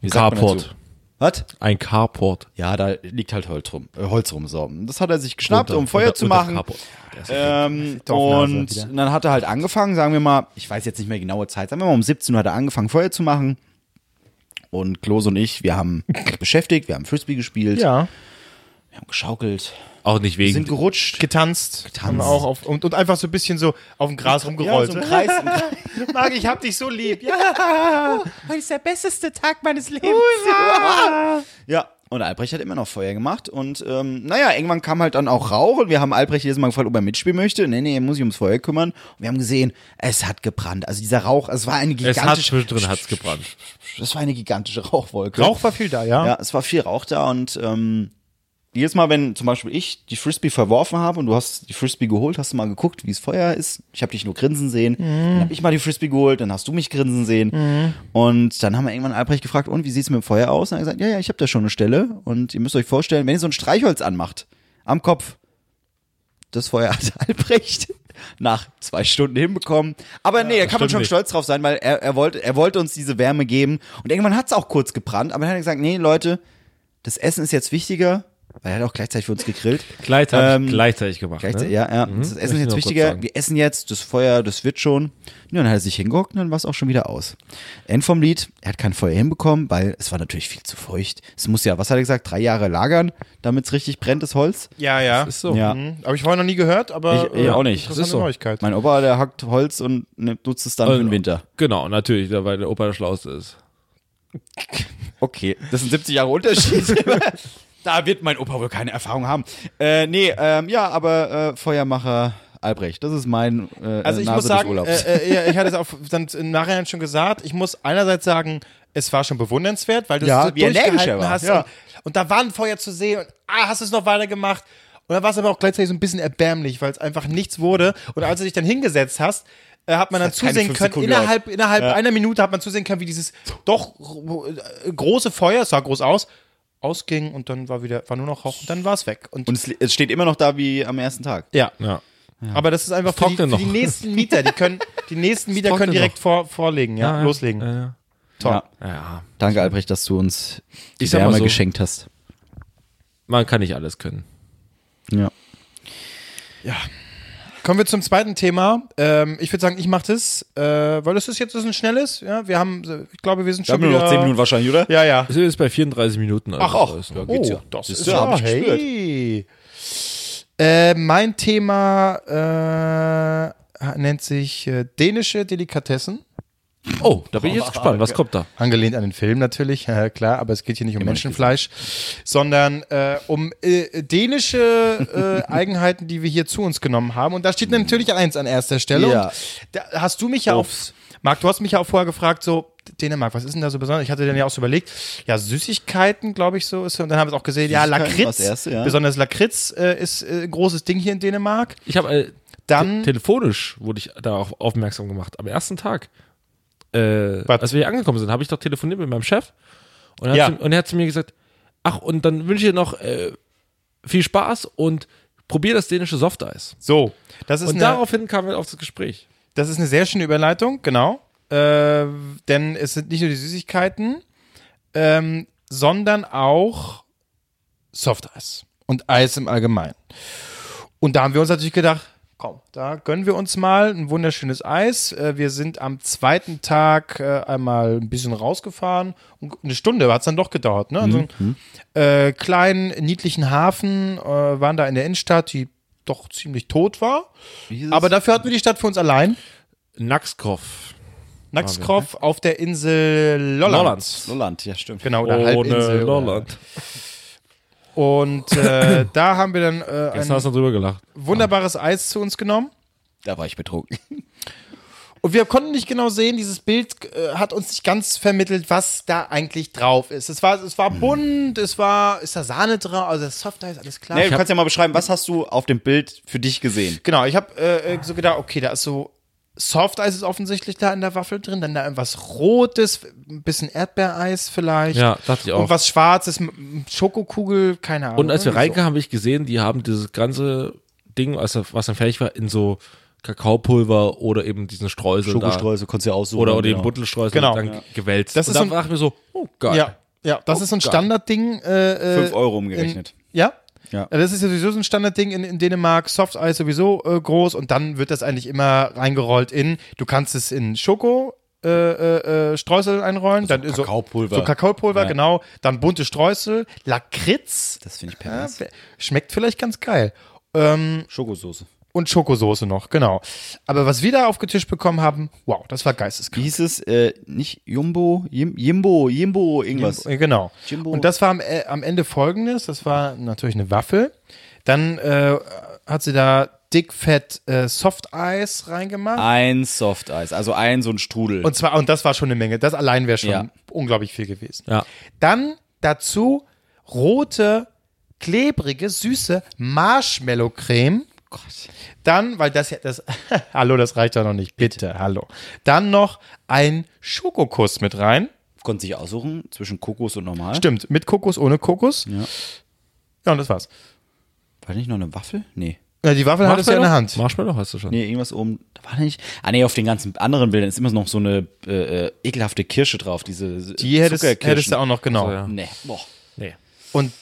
Speaker 1: wie sagt man
Speaker 3: Carport.
Speaker 1: dazu? Was?
Speaker 3: Ein Carport.
Speaker 1: Ja, da liegt halt Holz rum. Äh, Holz rum so. Das hat er sich geschnappt,
Speaker 3: Unter-
Speaker 1: um Feuer
Speaker 3: unter-
Speaker 1: zu
Speaker 3: unter
Speaker 1: machen.
Speaker 3: Carport. Der ist
Speaker 1: Ähm,
Speaker 2: Dorfnase
Speaker 1: und
Speaker 2: wieder.
Speaker 1: dann hat er halt angefangen, sagen wir mal, ich weiß jetzt nicht mehr genaue Zeit, sagen wir mal um 17 Uhr hat er angefangen Feuer zu machen. Und Klose und ich, wir haben <laughs> uns beschäftigt, wir haben Frisbee gespielt,
Speaker 2: Ja.
Speaker 1: wir haben geschaukelt,
Speaker 3: Auch nicht
Speaker 1: wir
Speaker 3: wegen.
Speaker 1: sind gerutscht,
Speaker 2: getanzt, Und, auch auf, und, und einfach so ein bisschen so auf dem Gras
Speaker 1: ja,
Speaker 2: rumgerollt.
Speaker 1: so im Kreis, im Kreis.
Speaker 2: <laughs> Marc, ich hab dich so lieb. Ja,
Speaker 5: <laughs> Heute ist der beste Tag meines Lebens.
Speaker 1: Ja, und Albrecht hat immer noch Feuer gemacht. Und ähm, naja, irgendwann kam halt dann auch Rauch und wir haben Albrecht jedes Mal gefragt, ob er mitspielen möchte. Nee, nee, er muss sich ums Feuer kümmern. Und wir haben gesehen, es hat gebrannt. Also dieser Rauch, es war eine
Speaker 3: es hat
Speaker 1: gigantische,
Speaker 3: zwischendrin hat's gebrannt.
Speaker 1: es war eine gigantische Rauchwolke.
Speaker 2: Rauch war viel da, ja.
Speaker 1: Ja, es war viel Rauch da und ähm, jedes Mal, wenn zum Beispiel ich die Frisbee verworfen habe und du hast die Frisbee geholt, hast du mal geguckt, wie es Feuer ist. Ich habe dich nur grinsen sehen. Dann habe ich mal die Frisbee geholt, dann hast du mich grinsen sehen. Und dann haben wir irgendwann Albrecht gefragt, und wie sieht's mit dem Feuer aus? Und er hat gesagt, ja, ja, ich habe da schon eine Stelle. Und ihr müsst euch vorstellen, wenn ihr so ein Streichholz anmacht, am Kopf, das Feuer hat <laughs> Albrecht nach zwei Stunden hinbekommen. Aber nee, da kann man
Speaker 3: stimmt
Speaker 1: schon
Speaker 3: nicht.
Speaker 1: stolz drauf sein, weil er, er, wollte, er wollte uns diese Wärme geben. Und irgendwann hat es auch kurz gebrannt, aber dann hat er gesagt, nee, Leute, das Essen ist jetzt wichtiger, weil er hat auch gleichzeitig für uns gegrillt.
Speaker 3: Gleichzeitig,
Speaker 1: Ähm,
Speaker 3: gleichzeitig gemacht.
Speaker 1: Gleichzeitig,
Speaker 3: ne?
Speaker 1: ja, ja. Das
Speaker 3: Möchte
Speaker 1: Essen
Speaker 3: ich
Speaker 1: ist
Speaker 3: noch
Speaker 1: jetzt
Speaker 3: kurz
Speaker 1: wichtiger.
Speaker 3: sagen.
Speaker 1: Wir essen jetzt, das Feuer, das wird schon. Ja, dann hat er sich hingeguckt und dann war es auch schon wieder aus. End vom Lied, er hat kein Feuer hinbekommen, weil es war natürlich viel zu feucht. Es muss ja, was hat er gesagt, drei Jahre lagern, damit es richtig brennt, das Holz.
Speaker 2: Ja, ja.
Speaker 3: Ist so. Äh,
Speaker 1: Ja.
Speaker 2: Mhm. Habe ich vorher noch nie gehört, aber
Speaker 1: Ich- ich
Speaker 2: äh,
Speaker 1: auch nicht.
Speaker 2: Interessante
Speaker 3: Das ist so.
Speaker 2: Neuigkeit.
Speaker 1: Mein Opa, der hackt Holz und nimmt- nutzt es dann für den Winter.
Speaker 3: Genau, natürlich, da- weil der Opa der Schlauste ist.
Speaker 1: Okay, das sind 70 Jahre Unterschied. da wird mein Opa wohl keine Erfahrung haben. Äh, nee, ähm, ja, aber äh, Feuermacher Albrecht, das ist mein äh,
Speaker 2: also ich
Speaker 1: Nase
Speaker 2: muss
Speaker 1: des
Speaker 2: sagen,
Speaker 1: Urlaubs.
Speaker 2: äh, äh, ja, ich hatte es auch dann im Nachhinein schon gesagt, ich muss einerseits sagen, es war schon bewundernswert, weil du
Speaker 1: Ja,
Speaker 2: es so
Speaker 1: wie energisch
Speaker 2: durchgehalten
Speaker 1: er war,
Speaker 2: hast.
Speaker 1: ja.
Speaker 2: Und, und da war ein Feuer zu sehen und ah, hast du es noch weiter gemacht. Und dann war es aber auch gleichzeitig so ein bisschen erbärmlich, weil es einfach nichts wurde. Und als du dich dann hingesetzt hast, äh, hat man dann
Speaker 1: hat keine
Speaker 2: zusehen
Speaker 1: fünf
Speaker 2: können,
Speaker 1: Sekunden
Speaker 2: innerhalb, innerhalb einer Minute hat man zusehen können, wie dieses doch äh, große Feuer, es sah groß aus, ausging und dann war wieder, war nur noch Rauch und dann war es weg. Und,
Speaker 1: Und es, es steht immer noch da wie am ersten Tag.
Speaker 2: ja.
Speaker 3: Ja.
Speaker 2: aber das ist einfach für die,
Speaker 3: trocknet
Speaker 2: für die
Speaker 3: noch.
Speaker 2: nächsten Mieter, die können, die nächsten Mieter können
Speaker 3: trocknet
Speaker 2: direkt vor, vorlegen, ja,
Speaker 3: Ja,
Speaker 2: loslegen.
Speaker 3: Ja, ja.
Speaker 2: Toll.
Speaker 1: Ja.
Speaker 3: ja,
Speaker 1: Danke, Albrecht, dass du uns die
Speaker 3: Ich sag mal
Speaker 1: Wärme
Speaker 3: so.
Speaker 1: geschenkt hast.
Speaker 3: man kann nicht alles können.
Speaker 1: Ja.
Speaker 2: Kommen wir zum zweiten Thema. Ähm, ich würde sagen, ich mache das, äh, weil das ist jetzt das ist ein schnelles. Ja, wir haben, ich glaube, wir sind schon wieder.
Speaker 1: wahrscheinlich, oder?
Speaker 2: Ja, ja.
Speaker 3: Wir sind jetzt bei 34 Minuten. also
Speaker 2: Ach, ach.
Speaker 3: ist-
Speaker 1: Oh.
Speaker 3: Ja, geht's ja.
Speaker 2: Das ist
Speaker 1: ja, hab ich
Speaker 2: hey. Äh, mein Thema äh, nennt sich äh, dänische Delikatessen.
Speaker 3: Oh, da bin ich
Speaker 1: <laughs>
Speaker 3: jetzt gespannt. Was kommt da?
Speaker 2: Angelehnt an den Film natürlich, <laughs> ja, klar, aber es geht hier nicht um Menschenfleisch, sondern äh, um äh, dänische äh, Eigenheiten, die wir hier zu uns genommen haben. Und da steht natürlich eins an erster Stelle.
Speaker 1: Ja.
Speaker 2: Und da hast du mich ja auf, Marc, du hast mich ja auch vorher gefragt, so, Dänemark, was ist denn da so besonders? Ich hatte dann ja auch so überlegt, ja, Süßigkeiten, glaube ich, so ist. Und dann haben wir es auch gesehen, ja,
Speaker 1: Süßigkeiten war
Speaker 2: Lakritz,
Speaker 1: das erste, ja.
Speaker 2: besonders Lakritz äh, ist äh, ein großes Ding hier in Dänemark.
Speaker 3: Ich habe äh,
Speaker 2: Dann-
Speaker 3: te telefonisch wurde ich da auch aufmerksam gemacht. Am ersten Tag, äh,
Speaker 2: Was?
Speaker 3: als wir hier angekommen sind, habe ich doch telefoniert mit meinem Chef und er,
Speaker 2: Ja.
Speaker 3: hat, zu, und er hat zu mir gesagt, ach und dann wünsche ich dir noch äh, viel Spaß und probier das dänische Softeis.
Speaker 2: So, das ist
Speaker 3: Und
Speaker 2: eine,
Speaker 3: daraufhin kamen wir auf das Gespräch.
Speaker 2: Das ist eine sehr schöne Überleitung, genau. Äh, denn es sind nicht nur die Süßigkeiten, ähm, sondern auch Softeis und Eis im Allgemeinen. Und da haben wir uns natürlich gedacht, komm, da gönnen wir uns mal ein wunderschönes Eis. Äh, wir sind am zweiten Tag äh, einmal ein bisschen rausgefahren. Und eine Stunde hat es dann doch gedauert, ne? An so einem äh, kleinen, niedlichen Hafen äh, waren da in der Innenstadt, die doch ziemlich tot war. Aber dafür hatten wir die Stadt für uns allein.
Speaker 3: Naxkov.
Speaker 2: Naxkov auf der Insel Lolland.
Speaker 3: Lollands.
Speaker 1: Lolland, ja, stimmt.
Speaker 2: Genau, der
Speaker 3: Ohne
Speaker 2: Halbinsel.
Speaker 3: Lolland.
Speaker 2: Und
Speaker 3: <laughs>
Speaker 2: äh, da haben wir dann äh,
Speaker 3: Jetzt hast
Speaker 2: ein
Speaker 3: du drüber gelacht.
Speaker 2: wunderbares Eis zu uns genommen.
Speaker 1: Da war ich betrunken.
Speaker 2: Und wir konnten nicht genau sehen, dieses Bild äh, hat uns nicht ganz vermittelt, was da eigentlich drauf ist. Es war, es war
Speaker 3: Hm.
Speaker 2: bunt, es war, ist da Sahne drauf, also das Softeis, alles klar.
Speaker 1: Nee, du kannst ja mal beschreiben, was hast du auf dem Bild für dich gesehen?
Speaker 2: Genau, ich habe äh, so gedacht, okay, da ist so Softeis ist offensichtlich da in der Waffel drin, dann da irgendwas Rotes, ein bisschen Erdbeereis vielleicht.
Speaker 3: Ja, dachte ich auch.
Speaker 2: Und was Schwarzes, m- Schokokugel, keine Ahnung.
Speaker 3: Und als wir
Speaker 2: irgendwie so.
Speaker 3: reinkamen, habe ich gesehen, die haben dieses ganze Ding, als das- was dann fertig war, in so Kakaopulver oder eben diesen Streusel da.
Speaker 1: konntest du ja aussuchen.
Speaker 3: Oder, oder den
Speaker 1: genau.
Speaker 3: Buttelstreusel
Speaker 2: Genau.
Speaker 3: dann
Speaker 2: Ja.
Speaker 3: gewälzt.
Speaker 2: Das
Speaker 3: und
Speaker 2: ist
Speaker 3: dann
Speaker 2: so ein-
Speaker 3: dachte ich mir so, oh geil.
Speaker 2: Ja, ja das ist so ein Standardding. Äh, äh,
Speaker 1: 5 Euro umgerechnet.
Speaker 2: In, ja?
Speaker 1: Ja.
Speaker 2: Das ist ja sowieso so ein Standardding in, in Dänemark. Soft Eis sowieso äh, groß und dann wird das eigentlich immer reingerollt in. Du kannst es in Schoko. Äh, äh, äh, Streusel einrollen, dann so
Speaker 1: Kakaopulver.
Speaker 2: so Kakaopulver, genau, dann bunte Streusel, Lakritz,
Speaker 1: Das finde ich pervers.
Speaker 2: äh, schmeckt vielleicht ganz geil. Ähm,
Speaker 1: Schokosoße.
Speaker 2: und Schokosoße noch, genau. Aber was wir da aufgetischt bekommen haben, wow, das war geisteskrank.
Speaker 1: Wie hieß es? Äh, nicht Jumbo? Jim, Jimbo, Jimbo, irgendwas.
Speaker 2: Äh, Genau.
Speaker 1: Jimbo.
Speaker 2: Und das war am, äh, am Ende folgendes: Das war natürlich eine Waffel. Dann äh, hat sie da dickfett äh, Softeis reingemacht.
Speaker 1: Ein Softeis, also ein so ein Strudel.
Speaker 2: Und zwar, und das war schon eine Menge. Das allein wäre schon
Speaker 1: Ja.
Speaker 2: unglaublich viel gewesen.
Speaker 3: Ja.
Speaker 2: Dann dazu rote, klebrige, süße Marshmallow-Creme. Dann, weil das ja, das, <laughs> hallo, das reicht doch noch nicht, bitte, hallo. Dann noch ein Schokokuss mit rein.
Speaker 1: Konntest dich aussuchen zwischen Kokos und normal.
Speaker 2: Stimmt, mit Kokos, ohne Kokos.
Speaker 1: Ja.
Speaker 2: Ja, und das war's.
Speaker 1: War nicht noch eine Waffel? Nee.
Speaker 2: Ja, die Waffel hattest du ja in der Hand.
Speaker 3: Marshmallow hast du schon.
Speaker 1: Nee, irgendwas oben. Da war nicht. Ah, nee, auf den ganzen anderen Bildern ist immer noch so eine äh, äh, ekelhafte Kirsche drauf. Diese
Speaker 2: Die hättest, hättest du auch noch, genau.
Speaker 3: Also, ja.
Speaker 1: Nee, boah.
Speaker 3: Nee.
Speaker 2: Und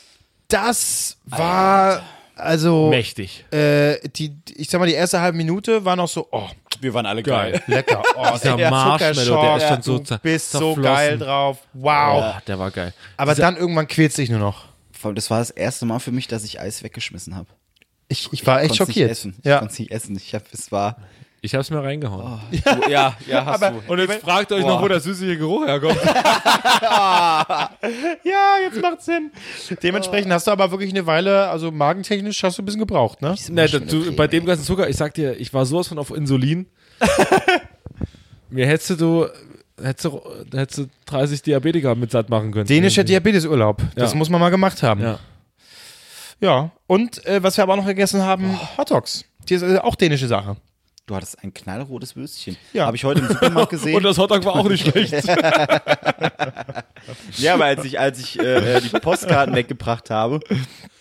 Speaker 2: das war, also,
Speaker 3: Mächtig.
Speaker 2: äh, die, ich sag mal, die erste halbe Minute war noch so, oh,
Speaker 1: Wir waren alle
Speaker 3: Geil.
Speaker 1: geil.
Speaker 3: <laughs>
Speaker 2: lecker. Oh,
Speaker 3: Dieser Marshmallow,
Speaker 2: Zuckerschock,
Speaker 3: der ist schon so
Speaker 2: du
Speaker 3: zer-
Speaker 2: bist so
Speaker 3: zerflossen.
Speaker 2: geil drauf. Wow.
Speaker 3: Ah, der war geil.
Speaker 2: Aber dann irgendwann quält sich nur noch.
Speaker 1: Vor allem, Das war das erste Mal für mich, dass ich Eis weggeschmissen habe.
Speaker 2: Ich, ich war echt
Speaker 1: Konnt's
Speaker 2: schockiert.
Speaker 1: Nicht essen. Ich
Speaker 2: Ja.
Speaker 1: konnte es nicht essen. Ich hab, es war.
Speaker 3: Ich hab's mir
Speaker 2: Oh.
Speaker 3: reingehauen.
Speaker 1: Du, ja, ja, hast
Speaker 2: Aber-
Speaker 1: du.
Speaker 3: Und jetzt fragt euch noch, wo der süßliche Geruch <laughs> herkommt.
Speaker 2: ja, jetzt
Speaker 1: <laughs>
Speaker 2: macht's Sinn. Dementsprechend hast du aber wirklich eine Weile, also magentechnisch hast du ein bisschen gebraucht, ne?
Speaker 3: Nee, da, du, bei dem ganzen Zucker, ich sag dir, ich war sowas von
Speaker 2: <laughs>
Speaker 3: auf Insulin. Mir hättest du, hättest du, hättest du 30 Diabetiker mit satt machen können.
Speaker 2: Dänischer Diabetesurlaub. Das
Speaker 3: Ja.
Speaker 2: muss man mal gemacht haben.
Speaker 3: Ja.
Speaker 2: Ja, und äh, was wir aber auch noch gegessen haben, Hot Dogs. Die ist äh, auch dänische Sache.
Speaker 1: Du hattest ein knallrotes Würstchen.
Speaker 2: Ja.
Speaker 1: Habe ich heute im <laughs> Supermarkt gesehen.
Speaker 3: Und das Hotdog war auch nicht schlecht.
Speaker 1: Ja, aber als ich, als ich äh, <laughs> äh, die Postkarten weggebracht habe,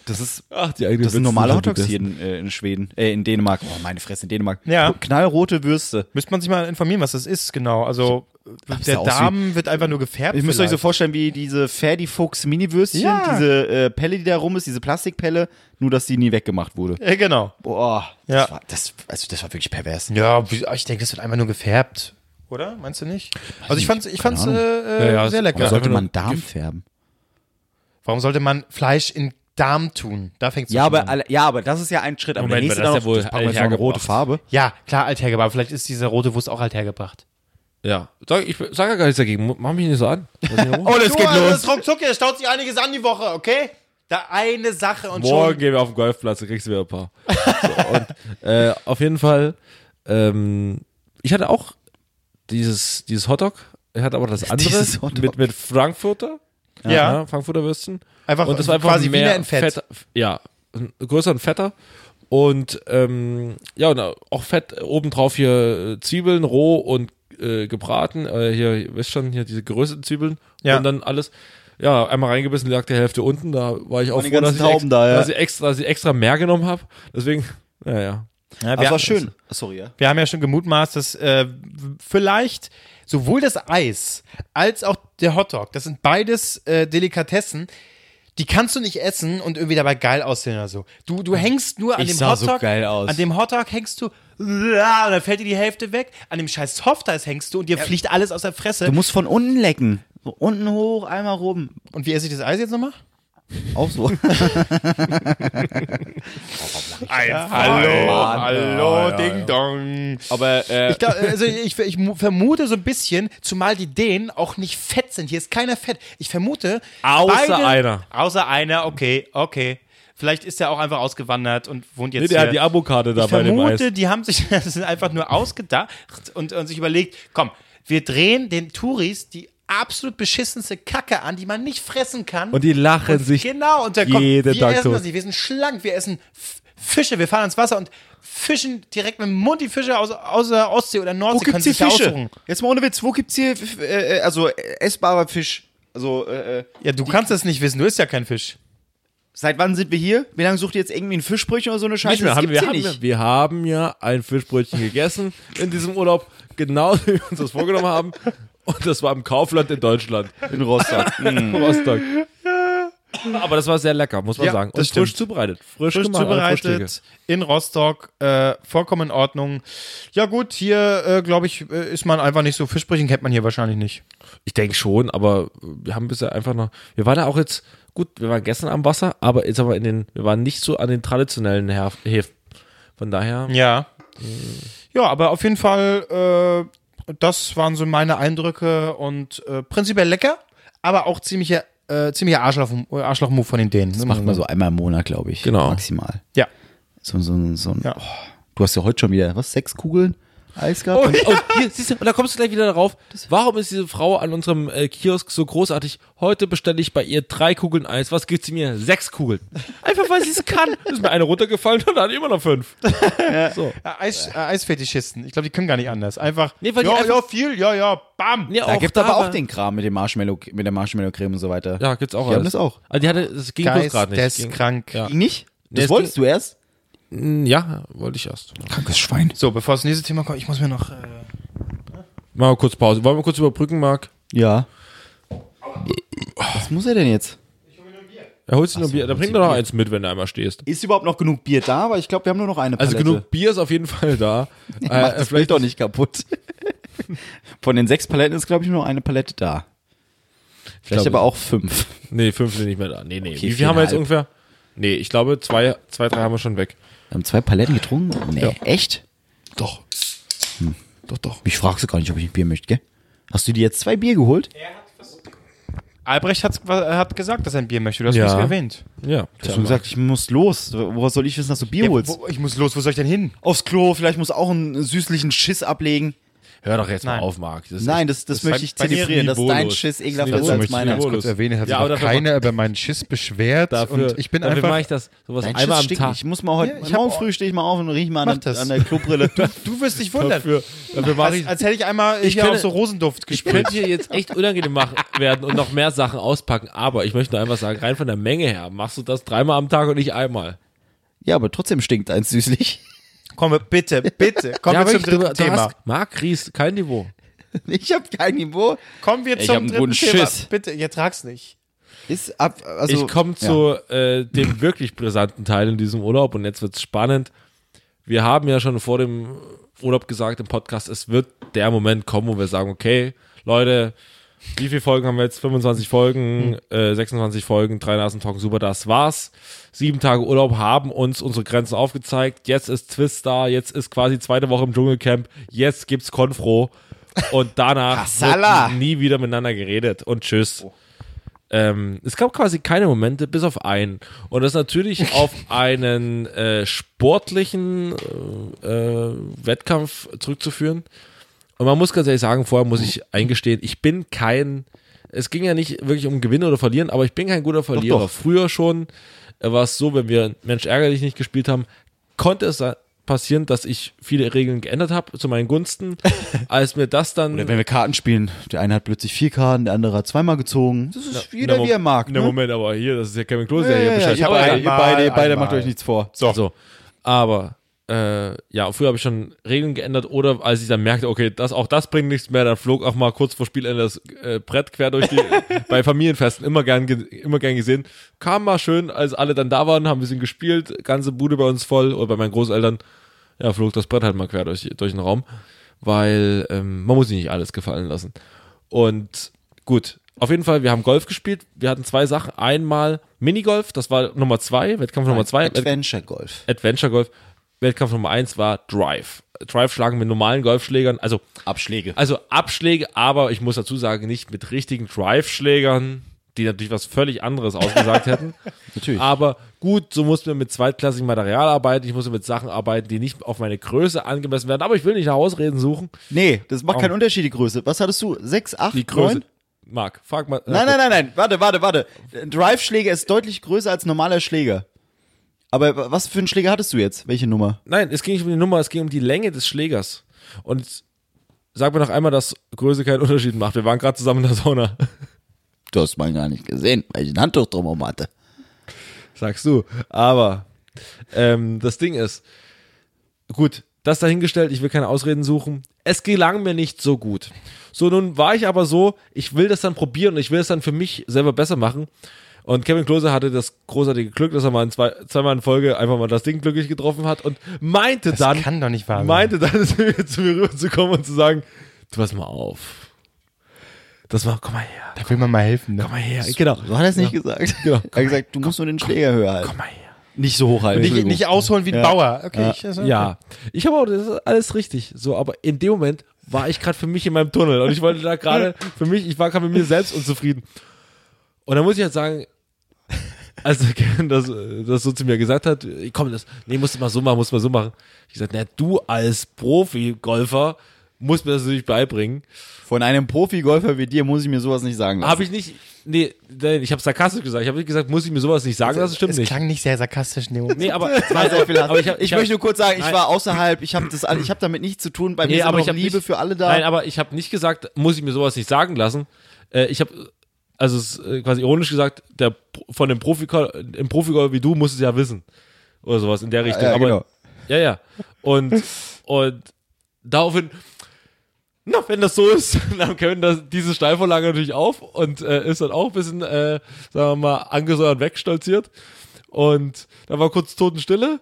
Speaker 1: das ist,
Speaker 3: <laughs> Ach, die eigene
Speaker 1: das sind
Speaker 3: Witze
Speaker 1: normale
Speaker 3: sind die
Speaker 1: Hotdogs hier in, äh, in Schweden, äh, in Dänemark. Oh, meine Fresse, in Dänemark.
Speaker 2: Ja.
Speaker 1: Knallrote Würste.
Speaker 2: Müsste man sich mal informieren, was das ist, genau. Also der
Speaker 1: ja auch süß.
Speaker 2: Darm wird einfach nur gefärbt.
Speaker 1: Ihr müsst euch so
Speaker 2: vielleicht.
Speaker 1: vorstellen, wie diese Ferdi Fuchs Mini-Würstchen,
Speaker 2: Ja.
Speaker 1: diese äh, Pelle, die da rum ist, diese Plastikpelle, nur dass die nie weggemacht wurde.
Speaker 2: Ja, genau.
Speaker 1: Boah,
Speaker 2: Ja.
Speaker 1: das, war, das, also das war wirklich pervers.
Speaker 2: Ja, wie- ich denke, das wird einfach nur gefärbt. Oder? Meinst du nicht? Also ich fand's, ich
Speaker 1: Keine
Speaker 2: fand's äh,
Speaker 1: Ahnung.
Speaker 2: äh,
Speaker 3: Ja, ja,
Speaker 2: sehr
Speaker 3: es-
Speaker 2: lecker.
Speaker 3: also-
Speaker 1: Sollte
Speaker 3: nur
Speaker 1: man Darm färben?
Speaker 2: Warum sollte man Fleisch in Darm tun? Da fängt's
Speaker 1: Ja
Speaker 2: schon
Speaker 1: aber,
Speaker 2: an.
Speaker 1: alle- ja, aber das ist ja ein Schritt. Aber
Speaker 3: Moment,
Speaker 1: der nächste
Speaker 3: das ist
Speaker 1: dann
Speaker 3: ja wohl
Speaker 1: das packen wir jetzt noch eine rote
Speaker 3: althergebracht.
Speaker 1: Farbe.
Speaker 2: Ja, klar, althergebracht. Aber Vielleicht ist dieser rote Wurst auch althergebracht.
Speaker 3: Ja, sag, ich sag ja gar nichts dagegen. Mach mich nicht so an. Weiß nicht, warum.
Speaker 2: es geht los. also Das ruckzuck, hier staut sich einiges an die Woche, okay? Da eine Sache und
Speaker 3: Morgen
Speaker 2: schon.
Speaker 3: gehen wir auf den Golfplatz, dann kriegst du wieder ein paar. So, und, <laughs> äh, auf jeden Fall, ähm, ich hatte auch dieses, dieses Hotdog, ich hatte aber das andere
Speaker 1: <laughs> Dieses Hotdog.
Speaker 3: mit, mit Frankfurter.
Speaker 2: Ja.
Speaker 3: Frankfurter Würsten.
Speaker 2: Einfach
Speaker 3: und das war einfach
Speaker 2: also quasi
Speaker 3: mehr
Speaker 2: Wiener in Fett.
Speaker 3: fetter- ja, ein- größer und fetter. Und ähm, ja, und auch Fett äh, obendrauf hier äh, Zwiebeln roh und äh, gebraten. Äh, hier, ihr wisst schon, hier diese größten Zwiebeln.
Speaker 2: Ja.
Speaker 3: Und dann alles. Ja, einmal reingebissen, lag die Hälfte unten. Da war ich auch
Speaker 1: Und die
Speaker 3: froh, dass
Speaker 1: ganzen
Speaker 3: ich, ex
Speaker 1: Tauben da, ja.
Speaker 3: dass, ich extra, dass ich extra mehr genommen habe. Deswegen, naja.
Speaker 2: Ja,
Speaker 1: Aber es war schön. Sorry, ja.
Speaker 2: Wir haben ja schon gemutmaßt, dass äh, vielleicht sowohl das Eis als auch der Hotdog, das sind beides äh, Delikatessen, die kannst du nicht essen und irgendwie dabei geil aussehen oder so. Du, du hängst nur an
Speaker 6: Ich
Speaker 2: dem
Speaker 6: sah
Speaker 2: Hotdog.
Speaker 6: so geil aus.
Speaker 2: An dem Hotdog hängst du, uah, und dann fällt dir die Hälfte weg. An dem scheiß Softeis hängst du und dir fliegt alles aus der Fresse.
Speaker 1: Du musst von unten lecken. So unten hoch, einmal rum.
Speaker 2: Und wie esse ich das Eis jetzt nochmal?
Speaker 1: Auch
Speaker 3: <laughs>
Speaker 1: so.
Speaker 2: Hallo, hallo,
Speaker 6: ja,
Speaker 2: Ding Dong.
Speaker 4: Aber äh,
Speaker 2: Ich, glaub, also ich, ich mu- vermute so ein bisschen, zumal die Dänen auch nicht fett sind. Hier ist keiner fett. Ich vermute.
Speaker 3: Außer einer.
Speaker 2: Außer einer, okay, okay. Vielleicht ist er auch einfach ausgewandert und wohnt jetzt
Speaker 3: Nee, der
Speaker 2: hier.
Speaker 3: hat die Abokarte da
Speaker 2: ich
Speaker 3: bei dem Eis.
Speaker 2: vermute, die haben sich <laughs> das ist einfach nur ausgedacht und, und sich überlegt, komm, wir drehen den Touris die absolut beschissenste Kacke an, die man nicht fressen kann.
Speaker 3: Und die lachen
Speaker 2: Und
Speaker 3: sich.
Speaker 2: Genau, und dann kommt,
Speaker 3: jeden
Speaker 2: wir
Speaker 3: Tag
Speaker 2: essen
Speaker 3: tot.
Speaker 2: das nicht, wir sind schlank, wir essen F- Fische, wir fahren ins Wasser und fischen direkt mit dem Mund die Fische aus, aus der Ostsee oder Nordsee.
Speaker 1: Wo gibt's
Speaker 2: können
Speaker 1: hier
Speaker 2: sich da
Speaker 1: Fische?
Speaker 2: aussuchen.
Speaker 1: Jetzt mal ohne Witz, wo gibt's hier äh, äh, also äh, essbarer Fisch? Also äh, äh,
Speaker 2: Ja, du kannst das nicht wissen, du isst ja kein Fisch.
Speaker 1: seit wann sind wir hier? Wie lange sucht ihr jetzt irgendwie ein Fischbrötchen oder so eine Scheiße?
Speaker 3: Nicht mehr.
Speaker 1: Das
Speaker 3: Haben,
Speaker 1: gibt's
Speaker 3: wir,
Speaker 1: hier
Speaker 3: haben,
Speaker 1: nicht.
Speaker 3: ja- wir haben ja ein Fischbrötchen gegessen in diesem Urlaub, genau wie wir uns das vorgenommen haben. Und das war im Kaufland in Deutschland,
Speaker 1: In Rostock.
Speaker 3: <laughs>
Speaker 1: Mhm.
Speaker 3: in Rostock. Aber das war sehr lecker, muss man
Speaker 2: Hm. Ja,
Speaker 3: sagen. Und
Speaker 2: das stimmt.
Speaker 3: frisch zubereitet. Frisch,
Speaker 2: frisch
Speaker 3: gemacht, alle
Speaker 2: zubereitet
Speaker 3: Frühstücke.
Speaker 2: in Rostock, äh, vollkommen in Ordnung. Ja gut, hier äh, glaube ich äh, ist man einfach nicht so Fischbrötchen kennt man hier wahrscheinlich nicht.
Speaker 3: Ich denke schon, aber wir haben bisher einfach noch. Wir waren ja auch jetzt, gut, wir waren gestern am Wasser, aber jetzt aber in den, wir waren nicht so an den traditionellen Herf- Häfen. Von daher.
Speaker 2: Ja, ja, aber auf jeden Fall, äh, das waren so meine Eindrücke und äh, prinzipiell lecker, aber auch ziemlicher äh, ziemlicher Arschloch, Arschloch-Move von den Dänen.
Speaker 1: Das macht man so einmal im Monat, glaube ich.
Speaker 3: Genau.
Speaker 1: Maximal.
Speaker 2: Ja.
Speaker 1: So, so, so ein,
Speaker 2: Ja.
Speaker 1: oh, du hast ja heute schon wieder, was, sechs Kugeln Eis gehabt?
Speaker 3: Und, und hier, siehst du, und da kommst du gleich wieder darauf, warum ist diese Frau an unserem äh, Kiosk so großartig? Heute bestelle ich bei ihr drei Kugeln Eis. Was gibt sie mir? Sechs Kugeln. Einfach weil sie es
Speaker 1: <laughs>
Speaker 3: kann. Ist mir eine runtergefallen und hat immer noch fünf. So.
Speaker 2: Äh, Eis, äh, Eisfetischisten, ich glaube, die können gar nicht anders. Einfach,
Speaker 3: Nee, weil die
Speaker 2: ja,
Speaker 3: einfach-
Speaker 2: ja, viel, ja, ja, bam.
Speaker 3: Ja,
Speaker 1: da
Speaker 3: auch
Speaker 1: gibt es aber
Speaker 3: war-
Speaker 1: auch den Kram mit, dem Marshmallow, mit der Marshmallow-Creme und so weiter.
Speaker 3: Ja, gibt's auch
Speaker 1: Die haben das auch.
Speaker 3: Also die hatte, das ging bloß gerade nicht. Ging,
Speaker 2: Geisteskrank.
Speaker 3: Ja.
Speaker 1: Ging nicht? Das
Speaker 3: es
Speaker 1: wolltest du erst?
Speaker 3: Mm, ja, wollte ich erst.
Speaker 1: Krankes Schwein.
Speaker 2: So, bevor das nächste Thema kommt, ich muss mir noch... Äh,
Speaker 3: Mal kurz Pause. Wollen wir kurz überbrücken, Marc?
Speaker 1: Ja. Was muss er denn jetzt?
Speaker 3: Er holt sich nur Bier. Da bringt er noch eins mit, wenn du einmal stehst.
Speaker 1: Ist überhaupt noch genug Bier da? Weil ich glaube, wir haben nur noch eine
Speaker 3: Also
Speaker 1: Palette.
Speaker 3: genug Bier ist auf jeden Fall da.
Speaker 1: <laughs>
Speaker 3: Äh,
Speaker 1: Macht das
Speaker 3: vielleicht
Speaker 1: Bild doch nicht kaputt. <laughs> Von den sechs Paletten ist, glaube ich, nur noch eine Palette da. Vielleicht
Speaker 3: glaube,
Speaker 1: aber auch fünf.
Speaker 3: Nee, fünf sind nicht mehr da. Nee, nee. Wie viel
Speaker 1: viereinhalb.
Speaker 3: haben wir jetzt ungefähr? Nee, ich glaube, zwei, zwei, drei haben wir schon weg.
Speaker 1: Wir haben zwei Paletten getrunken? Nee, echt?
Speaker 3: Doch.
Speaker 2: Hm.
Speaker 3: Doch, doch.
Speaker 1: Mich fragst du gar nicht, ob ich ein Bier möchte, gell? Hast du dir jetzt zwei Bier geholt?
Speaker 2: Albrecht hat's, wa- äh, hat gesagt, dass er ein Bier möchte. Du hast
Speaker 3: Ja.
Speaker 2: es erwähnt.
Speaker 3: Ja.
Speaker 1: Hast du gesagt, ich muss los. Woher soll ich wissen, dass du Bier holst?
Speaker 2: ich muss los, wo soll ich denn hin?
Speaker 1: Aufs Klo, vielleicht muss auch einen süßlichen Schiss ablegen.
Speaker 3: Hör doch jetzt
Speaker 2: Nein.
Speaker 3: mal auf, Marc. Das ist
Speaker 1: Nein, das, das, möchte ich zelebrieren, dass dein
Speaker 3: niveaulos.
Speaker 1: Schiss ekelhafter
Speaker 3: Das
Speaker 1: ist
Speaker 2: Also
Speaker 3: ist
Speaker 1: als
Speaker 3: niveaulos.
Speaker 1: meiner.
Speaker 3: Niveaulos.
Speaker 2: kurz erwähnen, hat sich
Speaker 3: Ja, aber
Speaker 2: noch
Speaker 3: dafür-
Speaker 2: keiner über meinen Schiss beschwert
Speaker 3: Dafür,
Speaker 2: und ich bin
Speaker 3: dafür
Speaker 2: einfach
Speaker 3: mache ich das sowas
Speaker 1: Dein
Speaker 3: einmal
Speaker 1: Schiss
Speaker 3: am
Speaker 1: stinkt
Speaker 3: Tag.
Speaker 1: nicht. Ich muss mal heute,
Speaker 2: Ja, ich hab
Speaker 1: morgen
Speaker 2: auch-
Speaker 1: früh stehe ich mal auf und riech mal an
Speaker 2: Mach
Speaker 1: der,
Speaker 2: das.
Speaker 1: an der Klobrille.
Speaker 2: Du wirst dich wundern.
Speaker 3: Dafür, dafür mache
Speaker 2: Als,
Speaker 3: ich
Speaker 2: als hätte ich einmal
Speaker 3: Ich
Speaker 2: ich hier
Speaker 3: könnte-
Speaker 2: auch so Rosenduft
Speaker 3: ich
Speaker 2: gespielt.
Speaker 3: könnte hier jetzt echt unangenehm machen werden und noch mehr Sachen auspacken, aber ich möchte nur einfach sagen, rein von der Menge her, machst du das dreimal am Tag und nicht einmal.
Speaker 1: ja, aber trotzdem stinkt eins süßlich. <laughs>
Speaker 2: Komm, bitte, bitte. Kommen wir zum
Speaker 3: wirklich,
Speaker 2: dritten
Speaker 3: du, du
Speaker 2: Thema.
Speaker 3: hast, Marc Ries, kein Niveau.
Speaker 1: Ich habe kein Niveau.
Speaker 2: Kommen wir zum
Speaker 4: hab einen
Speaker 2: dritten
Speaker 4: guten
Speaker 2: Thema.
Speaker 4: Schiss.
Speaker 2: Bitte, ihr trag's nicht.
Speaker 1: Ist ab, also,
Speaker 3: ich komme
Speaker 1: Ja.
Speaker 3: zu äh, dem wirklich brisanten Teil in diesem Urlaub und jetzt wird's spannend. Wir haben ja schon vor dem Urlaub gesagt im Podcast, es wird der Moment kommen, wo wir sagen, okay, Leute, wie viele Folgen haben wir jetzt? 25 Folgen, äh, 26 Folgen, drei Nasen Talken, super, das war's. Sieben Tage Urlaub haben uns unsere Grenzen aufgezeigt. Jetzt ist Twist da, jetzt ist quasi zweite Woche im Dschungelcamp, jetzt gibt's Konfro und danach
Speaker 1: Hassala.
Speaker 3: wird nie wieder miteinander geredet und tschüss. Ähm, es gab quasi keine Momente, bis auf einen. Und das natürlich auf einen äh, sportlichen äh, äh, Wettkampf zurückzuführen. Und man muss ganz ehrlich sagen, vorher muss ich eingestehen, ich bin kein, es ging ja nicht wirklich um Gewinnen oder Verlieren, aber ich bin kein guter Verlierer.
Speaker 1: doch.
Speaker 3: Früher schon äh, war es so, wenn wir Mensch ärgerlich nicht gespielt haben, konnte es sa- passieren, dass ich viele Regeln geändert habe zu
Speaker 1: <laughs>
Speaker 3: meinen Gunsten. Als mir das dann
Speaker 1: Wenn wir Karten spielen, der eine hat plötzlich vier Karten, der andere hat zweimal gezogen. Das ist jeder,
Speaker 3: Na,
Speaker 1: wie er mag.
Speaker 3: Na,
Speaker 1: Ne?
Speaker 3: Moment, aber hier, das ist ja Kevin Klose,
Speaker 1: Ja,
Speaker 3: der hier
Speaker 1: ja, ja,
Speaker 3: Bescheid
Speaker 1: ihr
Speaker 3: weiß.
Speaker 1: beide, ihr
Speaker 2: einmal,
Speaker 1: beide, ihr beide macht
Speaker 2: einmal.
Speaker 1: euch nichts vor.
Speaker 3: So. Aber äh, ja, früher habe ich schon Regeln geändert oder als ich dann merkte, okay, das, auch das bringt nichts mehr, dann flog auch mal kurz vor Spielende das äh, Brett quer durch die, bei Familienfesten, immer gern, ge- immer gern gesehen. Kam mal schön, als alle dann da waren, haben ein bisschen gespielt, ganze Bude bei uns voll oder bei meinen Großeltern, ja, flog das Brett halt mal quer durch, durch den Raum, weil ähm, man muss sich nicht alles gefallen lassen. Und gut, auf jeden Fall, wir haben Golf gespielt, wir hatten zwei Sachen, einmal Minigolf, das war Nummer zwei, Wettkampf Nummer zwei, Wettkampf-
Speaker 1: Adventure Golf.
Speaker 3: Adventure Golf. Wettkampf Nummer 1 war Drive. Drive schlagen mit normalen Golfschlägern, also,
Speaker 1: Abschläge.
Speaker 3: also Abschläge, aber ich muss dazu sagen, nicht mit richtigen Drive-Schlägern, die natürlich was völlig anderes ausgesagt hätten.
Speaker 1: <laughs> Natürlich.
Speaker 3: Aber gut, so muss man mit zweitklassigem Material arbeiten, ich muss mit Sachen arbeiten, die nicht auf meine Größe angemessen werden, aber ich will nicht nach Ausreden suchen.
Speaker 1: Nee, das macht keinen Unterschied, die Größe. Was hattest du? Sechs, acht,
Speaker 3: Die Größe.
Speaker 1: neun?
Speaker 3: Marc, frag mal. äh,
Speaker 1: Nein, nein, nein, nein. Warte, warte, warte. Ein Drive-Schläger ist deutlich größer als normaler Schläger. Aber wa- was für einen Schläger hattest du jetzt? Welche Nummer?
Speaker 3: Nein, es ging nicht um die Nummer, es ging um die Länge des Schlägers. Und sag mir noch einmal, dass Größe keinen <laughs> Unterschied macht. Wir waren gerade zusammen in der Sauna.
Speaker 1: Du hast mal gar nicht gesehen, weil ich ein Handtuch drumherum hatte.
Speaker 3: Sagst du. Aber ähm, das Ding ist, gut, das dahingestellt, ich will keine Ausreden suchen. Es gelang mir nicht so gut. So, nun war ich aber so, ich will das dann probieren und ich will es dann für mich selber besser machen. Und Kevin Klose hatte das großartige Glück, dass er mal in zwei, zweimal in Folge einfach mal das Ding glücklich getroffen hat und meinte dann,
Speaker 2: kann doch nicht wahr sein.
Speaker 3: meinte dann, <laughs> zu mir rüberzukommen und zu sagen, du pass mal auf. Das war, komm mal her,
Speaker 2: Da will man mal helfen. Ne?
Speaker 3: komm mal her. Genau,
Speaker 1: So hat er es nicht gesagt. Genau. Er hat gesagt, du musst nur den Schläger höher halten.
Speaker 3: komm mal her.
Speaker 1: Nicht so hoch halten.
Speaker 2: Nicht, nicht ausholen wie ein Bauer. Okay,
Speaker 1: Ja.
Speaker 2: ich, also,
Speaker 3: Ja, ich habe auch, das ist alles richtig. So, aber in dem Moment war ich gerade für mich in meinem Tunnel und ich wollte da gerade für mich, ich war gerade mit mir selbst unzufrieden. Und da muss ich halt sagen, als Kevin das, äh, das so zu mir gesagt hat, äh, komm, das, nee, musst du mal so machen, musst du mal so machen. Ich gesagt, na, du als Profi-Golfer musst mir das natürlich beibringen.
Speaker 1: Von einem Profi-Golfer wie dir muss ich mir sowas nicht sagen lassen.
Speaker 3: Habe ich nicht, nee, nein, ich habe sarkastisch gesagt. Ich habe nicht gesagt, muss ich mir sowas nicht sagen,
Speaker 1: Also,
Speaker 3: das stimmt
Speaker 2: es
Speaker 3: nicht.
Speaker 2: klang nicht sehr sarkastisch in dem
Speaker 1: <laughs>
Speaker 2: Moment.
Speaker 3: Nee, <laughs> aber, es war sehr viel aber ich, hab-
Speaker 1: Ich
Speaker 3: hab-
Speaker 1: möchte nur kurz sagen, ich
Speaker 3: Nein.
Speaker 1: war außerhalb, ich habe hab damit nichts zu tun. Bei mir
Speaker 3: Nee,
Speaker 1: ist
Speaker 3: aber
Speaker 1: aber
Speaker 3: ich
Speaker 1: noch
Speaker 3: hab
Speaker 1: Liebe
Speaker 3: nicht-
Speaker 1: für alle da.
Speaker 3: Nein, aber ich habe nicht gesagt, muss ich mir sowas nicht sagen lassen. Äh, ich habe, also es ist, äh, quasi ironisch gesagt, der, Pro- von dem Profi, im Profigolf wie du musst es ja wissen. Oder sowas in der Richtung.
Speaker 1: ja,
Speaker 3: aber,
Speaker 1: genau.
Speaker 3: ja, ja.
Speaker 1: <laughs>
Speaker 3: Und, und daraufhin, na, wenn das so ist, <laughs> dann können das, diese Steilvorlage natürlich auf und äh, ist dann auch ein bisschen, äh, sagen wir mal, angesäuert wegstolziert. Und da war kurz Totenstille.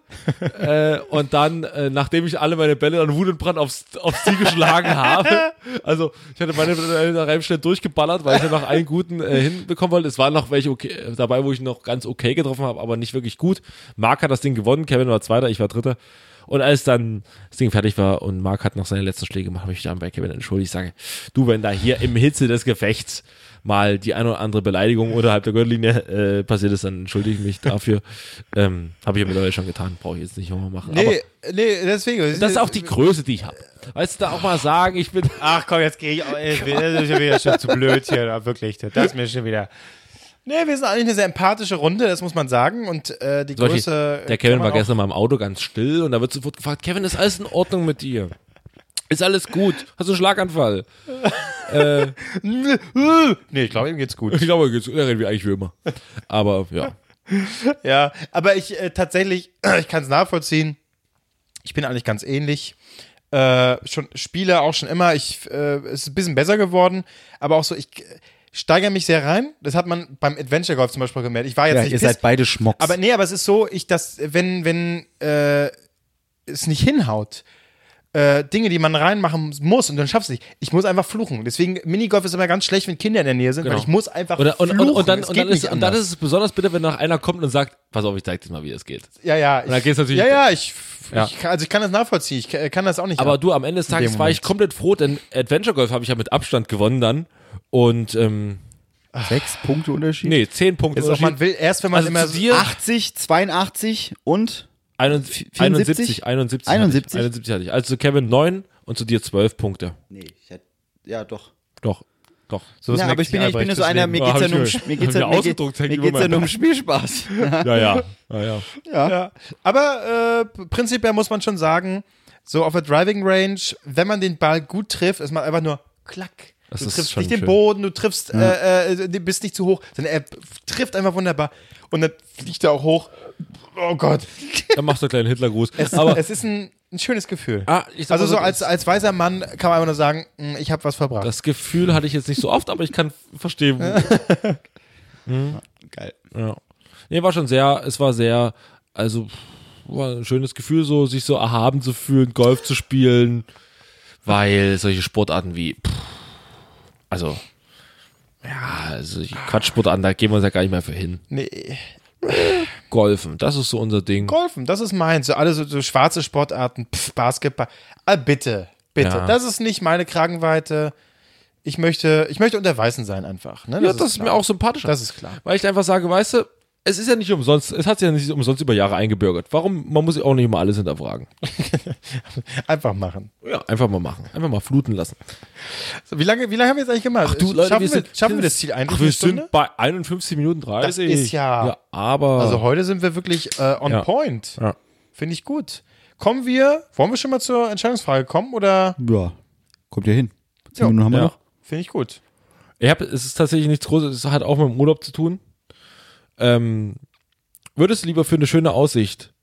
Speaker 3: äh, und dann, äh, nachdem ich alle meine Bälle an Wut und Brand aufs, aufs Ziel geschlagen habe, also ich hatte meine Bälle da relativ schnell durchgeballert, weil ich ja noch einen guten äh, hinbekommen wollte. Es waren noch welche okay, äh, dabei, wo ich noch ganz okay getroffen habe, aber nicht wirklich gut. Marc hat das Ding gewonnen, Kevin war Zweiter, ich war Dritter. Und als dann das Ding fertig war und Mark hat noch seine letzten Schläge gemacht, habe ich mich dann bei Kevin entschuldigt. Ich sage, du, wenn da hier im Hitze des Gefechts mal die eine oder andere Beleidigung unterhalb der Gürtellinie äh, passiert ist, dann entschuldige ich
Speaker 2: <laughs>
Speaker 3: mich dafür. ähm, habe ich ja mittlerweile schon getan, brauche ich jetzt nicht nochmal machen. Aber
Speaker 2: Nee, äh, nee, deswegen.
Speaker 3: das ist auch die Größe, die ich habe. Weißt du, da auch mal sagen, ich bin
Speaker 2: Ach komm, jetzt gehe ich. auch- ey, Das ist ja wieder schon zu blöd hier, da, wirklich. Das ist mir schon wieder. Nee, wir sind eigentlich eine sehr empathische Runde, das muss man sagen. Und äh, die
Speaker 3: Zum Beispiel,
Speaker 2: Größe.
Speaker 3: der Kevin
Speaker 2: kann man
Speaker 3: war gestern mal im Auto ganz still und da wird sofort gefragt, Kevin, ist alles in Ordnung mit dir? Ist alles gut? Hast du einen Schlaganfall?
Speaker 2: auch- Nee, ich glaube, ihm geht's gut.
Speaker 3: Ich glaube, jetzt reden wir eigentlich wie immer. Aber ja.
Speaker 2: Ja, aber ich äh, tatsächlich, <clears throat> ich kann es nachvollziehen. Ich bin eigentlich ganz ähnlich. Äh, schon Spieler auch schon immer. Ich äh, es ist ein bisschen besser geworden, aber auch so ich äh, steigere mich sehr rein. Das hat man beim Adventure Golf zum Beispiel gemerkt. Ich war jetzt
Speaker 1: Ja,
Speaker 2: nicht
Speaker 1: ihr
Speaker 2: piss-
Speaker 1: seid beide Schmocks.
Speaker 2: aber nee, aber es ist so, ich das, wenn, wenn äh, es nicht hinhaut, äh, Dinge, die man reinmachen muss und dann schaffst du es nicht. Ich muss einfach fluchen. Deswegen, Minigolf ist immer ganz schlecht, wenn Kinder in der Nähe sind, weil
Speaker 3: Genau.
Speaker 2: ich muss einfach
Speaker 3: Oder, und,
Speaker 2: fluchen.
Speaker 3: und, und, dann,
Speaker 2: es
Speaker 3: und,
Speaker 2: geht
Speaker 3: dann ist,
Speaker 2: nicht
Speaker 3: und dann
Speaker 2: anders.
Speaker 3: ist es besonders bitter, wenn noch einer kommt und sagt, pass auf, ich zeig dir mal, wie es geht.
Speaker 2: Ja, ja. Und
Speaker 3: dann geht's natürlich-
Speaker 2: Ja, ja, ich,
Speaker 3: Ja.
Speaker 2: ich kann, also ich kann das nachvollziehen. Ich kann, kann das auch nicht.
Speaker 3: Aber du, am Ende des Tages
Speaker 2: dem
Speaker 3: war ich
Speaker 2: Moment.
Speaker 3: komplett froh, denn Adventure Golf habe ich ja mit Abstand gewonnen dann. Und, ähm,
Speaker 1: Sechs Punkte Unterschied?
Speaker 3: nee, 10 Punkte.
Speaker 2: ist auch man will erst, wenn man
Speaker 3: also
Speaker 2: immer
Speaker 3: zu
Speaker 2: so-
Speaker 3: dir
Speaker 1: 80, 82 und
Speaker 3: 71, 71,
Speaker 1: 74?
Speaker 3: 71,
Speaker 1: 71?
Speaker 3: Hatte ich, 71 hatte ich. Also zu Kevin 9 und zu dir 12 Punkte.
Speaker 1: Nee, ich hätte. Ja, doch.
Speaker 3: Doch, doch.
Speaker 2: So ist
Speaker 1: ja,
Speaker 2: Max
Speaker 1: aber ich bin ja, ich bin ja so einer, mir
Speaker 3: Ah, hab
Speaker 1: geht's ja
Speaker 3: ich
Speaker 1: nur um,
Speaker 3: gehört.
Speaker 1: mir geht's ja,
Speaker 3: Hab ich
Speaker 1: mir geht,
Speaker 3: ausgedruckt, hängt
Speaker 1: mir
Speaker 3: über
Speaker 1: geht's ja um-
Speaker 3: meinem-
Speaker 1: nur um Spielspaß. <laughs>
Speaker 3: Ja, ja. ja, ja.
Speaker 2: Ja. Aber äh, prinzipiell muss man schon sagen, so auf der Driving Range, wenn man den Ball gut trifft, ist man einfach nur klack.
Speaker 3: Das
Speaker 2: du
Speaker 3: ist
Speaker 2: triffst
Speaker 3: schon
Speaker 2: nicht den
Speaker 3: schön.
Speaker 2: Boden, du triffst, äh, äh, du bist nicht zu hoch, sondern er trifft einfach wunderbar und dann fliegt er auch hoch. Oh Gott.
Speaker 3: Dann machst du einen kleinen Hitlergruß.
Speaker 2: Es,
Speaker 3: Aber,
Speaker 2: es ist ein, ein schönes Gefühl.
Speaker 3: ah, ich sag
Speaker 2: also
Speaker 3: mal
Speaker 2: so als, als weiser Mann kann man einfach nur sagen, mm, ich habe was verbracht.
Speaker 3: Das Gefühl hatte ich jetzt nicht so oft, aber ich kann verstehen.
Speaker 1: <laughs> Geil.
Speaker 3: ja. Nee, war schon sehr, es war sehr, also war ein schönes Gefühl, so sich so erhaben zu fühlen, Golf zu spielen, weil solche Sportarten wie, pff, also, ja, also die Quatschsportarten, da gehen wir uns ja gar nicht mehr für hin.
Speaker 2: nee.
Speaker 3: Golfen, das ist so unser Ding.
Speaker 2: Golfen, das ist meins. So alle so, so schwarze Sportarten, pff, Basketball. Ah, bitte, bitte.
Speaker 3: Ja.
Speaker 2: Das ist nicht meine Kragenweite. Ich möchte, ich möchte unter Weißen sein einfach. Ne?
Speaker 3: ja, das ist
Speaker 2: klar.
Speaker 3: mir auch sympathisch.
Speaker 2: Das ist klar.
Speaker 3: Weil ich einfach sage, weißt du, es ist ja nicht umsonst, es hat sich ja nicht umsonst über Jahre eingebürgert. Warum, man muss ja auch nicht immer alles hinterfragen.
Speaker 2: Einfach machen.
Speaker 3: Ja, einfach mal machen. Einfach mal fluten lassen.
Speaker 2: So, wie, lange, wie lange haben wir jetzt eigentlich gemacht? Äh, schaffen wir, schaffen wir das Ziel eigentlich?
Speaker 3: Ach, wir
Speaker 2: eine Stunde?
Speaker 3: sind bei 51 Minuten 30.
Speaker 2: Das ist ja-
Speaker 3: ja aber.
Speaker 2: also heute sind wir wirklich äh, on
Speaker 3: Ja.
Speaker 2: point.
Speaker 3: Ja.
Speaker 2: Finde ich gut. Kommen wir, wollen wir schon mal zur Entscheidungsfrage kommen oder
Speaker 1: Ja. Kommt ja hin. Zehn Minuten haben wir
Speaker 3: Ja.
Speaker 1: noch.
Speaker 2: finde ich gut?
Speaker 3: ich hab, es ist tatsächlich nichts Großes, es hat auch mit dem Urlaub zu tun. Ähm, würdest du lieber für eine schöne Aussicht.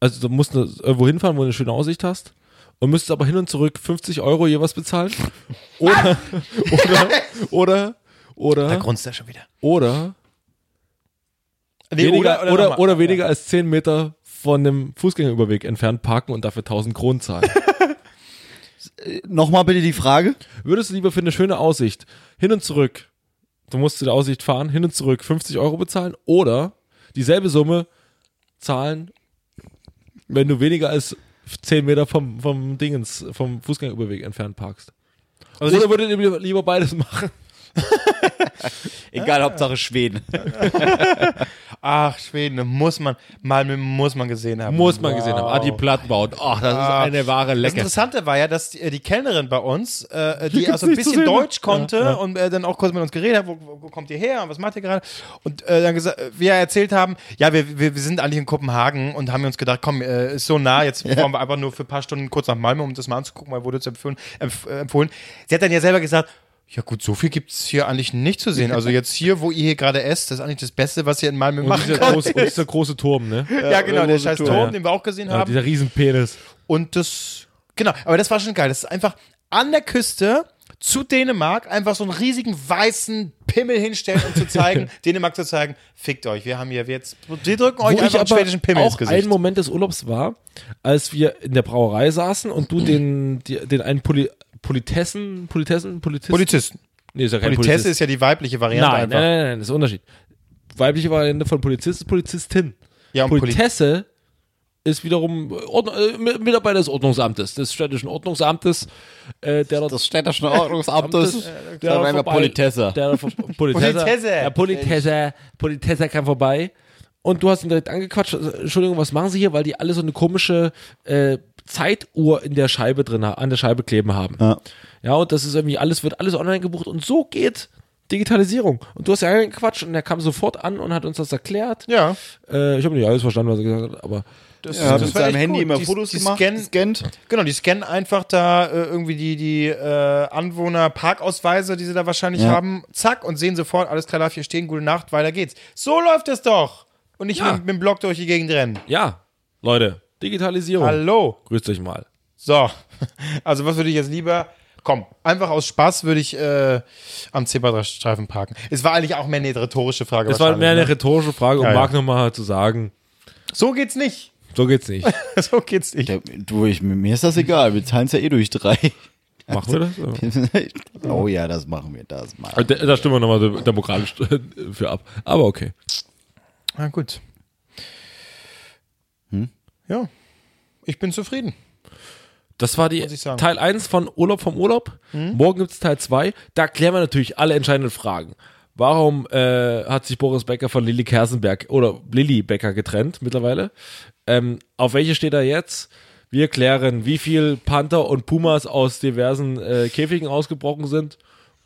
Speaker 3: Also du musst ne- irgendwo hinfahren, wo du eine schöne Aussicht hast. Und müsstest aber hin und zurück 50 Euro
Speaker 2: <laughs>
Speaker 3: jeweils bezahlen. Oder, oder,
Speaker 2: Da
Speaker 3: oder,
Speaker 2: grunzt er schon wieder.
Speaker 3: oder,
Speaker 2: Nee,
Speaker 3: weniger, oder,
Speaker 2: noch
Speaker 3: oder,
Speaker 2: mal.
Speaker 3: weniger als 10 Meter von einem Fußgängerüberweg entfernt parken und dafür 1000
Speaker 2: <laughs>
Speaker 3: Kronen zahlen.
Speaker 1: Äh, Nochmal bitte die Frage.
Speaker 3: Würdest du lieber für eine schöne Aussicht hin und zurück, du musst zu der Aussicht fahren, hin und zurück 50 Euro bezahlen oder dieselbe Summe zahlen, wenn du weniger als 10 Meter vom, vom Dingens, vom Fußgängerüberweg entfernt parkst?
Speaker 2: Also
Speaker 3: oder würdet ihr lieber- lieber beides machen?
Speaker 1: Egal, Hauptsache Schweden.
Speaker 2: Ach, Schweden, muss man, mal muss man gesehen haben.
Speaker 3: Muss man gesehen haben. Ah, die Platten bauen. Ach, das ist eine wahre
Speaker 2: Ah, Das
Speaker 3: Lecke.
Speaker 2: Interessante war ja, dass die, die Kellnerin bei uns, äh, die
Speaker 3: gibt's
Speaker 2: also ein
Speaker 3: nicht zu
Speaker 2: bisschen
Speaker 3: sehen, ne?
Speaker 2: Deutsch konnte und äh, dann auch kurz mit uns geredet hat, wo, wo kommt ihr her und was macht ihr gerade? Und äh, dann gesagt, äh, wir erzählt haben, ja, wir, wir, wir sind eigentlich in Kopenhagen und haben uns gedacht, komm, äh, ist so nah, jetzt fahren wir einfach nur für ein paar Stunden kurz nach Malmö, um das mal anzugucken, weil wurde uns empfohlen. empf- äh, empfohlen. Sie hat dann ja selber gesagt, ja gut, so viel gibt es hier eigentlich nicht zu sehen. Also jetzt hier, wo ihr hier gerade esst, das ist eigentlich das Beste, was ihr in Malmö
Speaker 3: Und
Speaker 2: machen
Speaker 3: dieser,
Speaker 2: könnt.
Speaker 3: große, und dieser große Turm, ne?
Speaker 2: Ja, genau, der scheiß Turm,
Speaker 3: Ja, ja.
Speaker 2: den wir auch gesehen
Speaker 3: Ja,
Speaker 2: haben.
Speaker 3: dieser Riesenpenis.
Speaker 2: Und das, genau, aber das war schon geil. Das ist einfach an der Küste zu Dänemark einfach so einen riesigen weißen Pimmel hinstellen,
Speaker 3: <laughs>
Speaker 2: um zu zeigen, Dänemark zu zeigen, fickt euch, wir haben hier jetzt, wir drücken euch
Speaker 3: Wo
Speaker 2: einfach einen
Speaker 3: aber
Speaker 2: schwedischen Pimmel ins
Speaker 3: auch ein
Speaker 2: Gesicht.
Speaker 3: Moment des Urlaubs war, als wir in der Brauerei saßen und
Speaker 2: Mhm.
Speaker 3: du den, die, den einen Poli Politessen, Politessen, Politisten.
Speaker 2: Polizisten.
Speaker 3: nee, ist ja kein
Speaker 2: Politesse
Speaker 3: Polizist.
Speaker 2: ist ja die weibliche Variante
Speaker 3: nein, nein,
Speaker 2: einfach.
Speaker 3: nein, nein, das ist ein Unterschied. Weibliche Variante von Polizist ist Polizistin.
Speaker 2: Ja, und Poli-
Speaker 3: Politesse ist wiederum Ordn äh, Mi- Mitarbeiter des Ordnungsamtes, des städtischen Ordnungsamtes, äh, der
Speaker 1: <laughs>
Speaker 3: dort
Speaker 1: Das städtische Ordnungsamt ist.
Speaker 3: äh, der
Speaker 1: Da wir
Speaker 3: vorbei-
Speaker 1: Politesse.
Speaker 3: Der <laughs> vor- Politesse.
Speaker 2: Politesse.
Speaker 3: Ja, Politesse. Politesse kam vorbei. Und du hast ihn direkt angequatscht. Also, Entschuldigung, was machen Sie hier? Weil die alle so eine komische äh, Zeituhr in der Scheibe drin, ha- an der Scheibe kleben haben.
Speaker 1: Ja.
Speaker 3: Ja, und das ist irgendwie alles, wird alles online gebucht. Und so geht Digitalisierung. Und du hast ja angequatscht und er kam sofort an und hat uns das erklärt.
Speaker 2: Ja.
Speaker 3: Äh, ich habe nicht alles verstanden, was er gesagt hat, aber
Speaker 2: Das,
Speaker 1: Er hat mit
Speaker 2: war
Speaker 1: seinem
Speaker 2: echt
Speaker 1: Handy
Speaker 2: gut.
Speaker 1: immer
Speaker 2: Die-
Speaker 1: Fotos
Speaker 2: die
Speaker 1: gemacht,
Speaker 2: Scannen,
Speaker 1: gescannt.
Speaker 2: Genau, die scannen einfach da äh, irgendwie die, die äh, Anwohner-Parkausweise, die sie da wahrscheinlich
Speaker 1: Ja.
Speaker 2: haben, zack, und sehen sofort, alles klar, darf hier stehen, gute Nacht, weiter geht's. So läuft das doch. Und nicht
Speaker 3: Ja.
Speaker 2: mit, mit dem Block durch die Gegend rennen.
Speaker 3: ja, Leute, Digitalisierung.
Speaker 2: Hallo.
Speaker 3: Grüßt euch mal.
Speaker 2: So, <laughs> also was würde ich jetzt lieber? Komm, einfach aus Spaß würde ich äh, am Zebrastreifen parken. Es war eigentlich auch mehr eine rhetorische Frage.
Speaker 3: Das war
Speaker 2: wahrscheinlich,
Speaker 3: mehr eine
Speaker 2: ne?
Speaker 3: rhetorische Frage, um
Speaker 2: Ja, ja.
Speaker 3: Marc nochmal zu sagen,
Speaker 2: So geht's nicht. <laughs>
Speaker 3: so geht's nicht.
Speaker 2: So geht's nicht.
Speaker 1: Ja, du, ich, mir ist das egal. Wir teilen es ja eh durch drei. <laughs>
Speaker 3: Machen wir das? Oder?
Speaker 1: oh ja, das machen wir, das machen
Speaker 3: Also, Da, da stimmen wir nochmal de- demokratisch <laughs> für ab. Aber okay.
Speaker 2: Na gut.
Speaker 3: Hm?
Speaker 2: Ja, ich bin zufrieden.
Speaker 3: Das war die
Speaker 2: Muss ich sagen. Hm?
Speaker 3: Teil 1 von Urlaub vom Urlaub. Morgen gibt es Teil 2. Da klären wir natürlich alle entscheidenden Fragen. Warum äh, hat sich Boris Becker von Lilly Kersenberg oder Lilly Becker getrennt mittlerweile? Ähm, auf welche steht er jetzt? Wir klären, wie viel Panther und Pumas aus diversen äh, Käfigen ausgebrochen sind.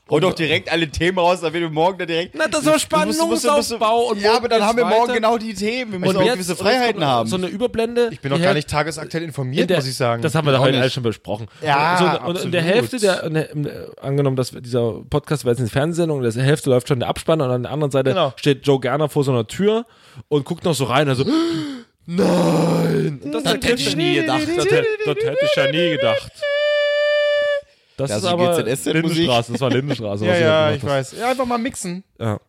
Speaker 4: Hol doch direkt alle Themen raus, damit wir morgen da direkt.
Speaker 3: Na, das war Spannungsaufbau. und
Speaker 1: ja, aber dann haben wir morgen genau die Themen. Wir müssen auch gewisse Freiheiten haben.
Speaker 3: So eine Überblende.
Speaker 2: Ich bin noch gar nicht tagesaktuell informiert,
Speaker 3: In der-
Speaker 2: muss ich sagen.
Speaker 3: Das haben wir da
Speaker 2: Auch
Speaker 3: heute
Speaker 2: nicht.
Speaker 3: alles schon besprochen.
Speaker 2: Ja,
Speaker 3: so, und in der
Speaker 2: absolut.
Speaker 3: Hälfte der, in der, in der, angenommen, dass wir- dieser Podcast war jetzt eine Fernsehsendung, in der Hälfte läuft schon der Abspann und an der anderen Seite
Speaker 2: Genau.
Speaker 3: steht Joe Gerner vor so einer Tür und guckt noch so rein, also nein! Das, hätte ich nie gedacht. Das, hätte- das hätte ich ja nie gedacht. Das,
Speaker 1: Das
Speaker 3: ist
Speaker 1: ist
Speaker 3: aber
Speaker 1: GZSZ -Musik.
Speaker 3: Lindenstraße, das war Lindenstraße.
Speaker 2: Ja,
Speaker 3: was
Speaker 2: ja,
Speaker 3: da
Speaker 2: ich
Speaker 3: gemacht
Speaker 2: weiß. Ja, einfach mal mixen.
Speaker 3: hast.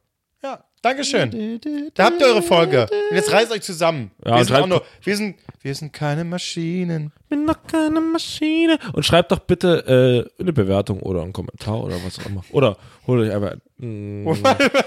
Speaker 2: Ja, Dankeschön. Da habt ihr eure Folge. Und jetzt reißt euch zusammen.
Speaker 3: Ja,
Speaker 2: wir,
Speaker 3: und
Speaker 2: sind auch
Speaker 3: schreibt-
Speaker 2: nur, wir, sind, wir sind keine Maschinen.
Speaker 3: Ich bin noch keine Maschine. Und schreibt doch bitte äh, eine Bewertung oder einen Kommentar oder was auch immer. Oder holt euch einfach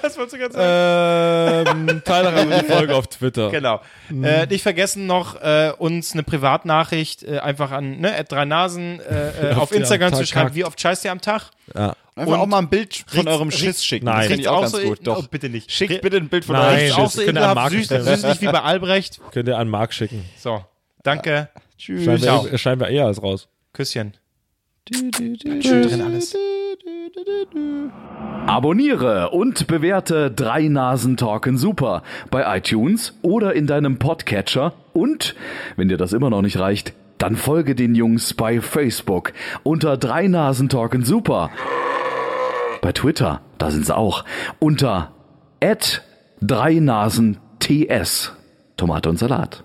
Speaker 2: Was wolltest du gerade sagen?
Speaker 3: ähm, teile doch einfach die Folge auf Twitter.
Speaker 2: Genau.
Speaker 3: Mhm.
Speaker 2: Äh, nicht vergessen noch, äh, uns eine Privatnachricht äh, einfach an ne, drei Nasen äh, äh, auf
Speaker 3: ihr am
Speaker 2: Instagram zu
Speaker 3: Tag
Speaker 2: schreiben,
Speaker 3: kackt.
Speaker 2: wie oft scheißt ihr am Tag.
Speaker 1: Einfach
Speaker 2: Und-
Speaker 1: auch mal ein Bild von
Speaker 2: Riecht's-
Speaker 1: eurem Schiss schicken.
Speaker 3: Nein.
Speaker 1: Das finde ich auch ganz gut.
Speaker 2: Oh,
Speaker 1: Doch.
Speaker 2: bitte nicht.
Speaker 1: Schickt bitte ein Bild von
Speaker 3: Nein.
Speaker 1: eurem
Speaker 2: Ist
Speaker 1: Schiss.
Speaker 2: auch so
Speaker 3: das könnt ihr an
Speaker 2: ekelhaft
Speaker 3: Marc
Speaker 2: süß,
Speaker 3: stellen.
Speaker 2: süßlich wie bei Albrecht.
Speaker 3: Könnt ihr an Marc schicken.
Speaker 2: So, danke.
Speaker 1: Tschüss.
Speaker 3: Scheinbar, eh- scheinbar eher als raus.
Speaker 2: Küsschen.
Speaker 1: Drin alles.
Speaker 7: Abonniere und bewerte Drei Nasen Talken Super bei iTunes oder in deinem Podcatcher und, wenn dir das immer noch nicht reicht, dann folge den Jungs bei Facebook unter Drei Nasen Talken Super. Bei Twitter, da sind sie auch, unter @dreinasen_ts. Tomate und Salat.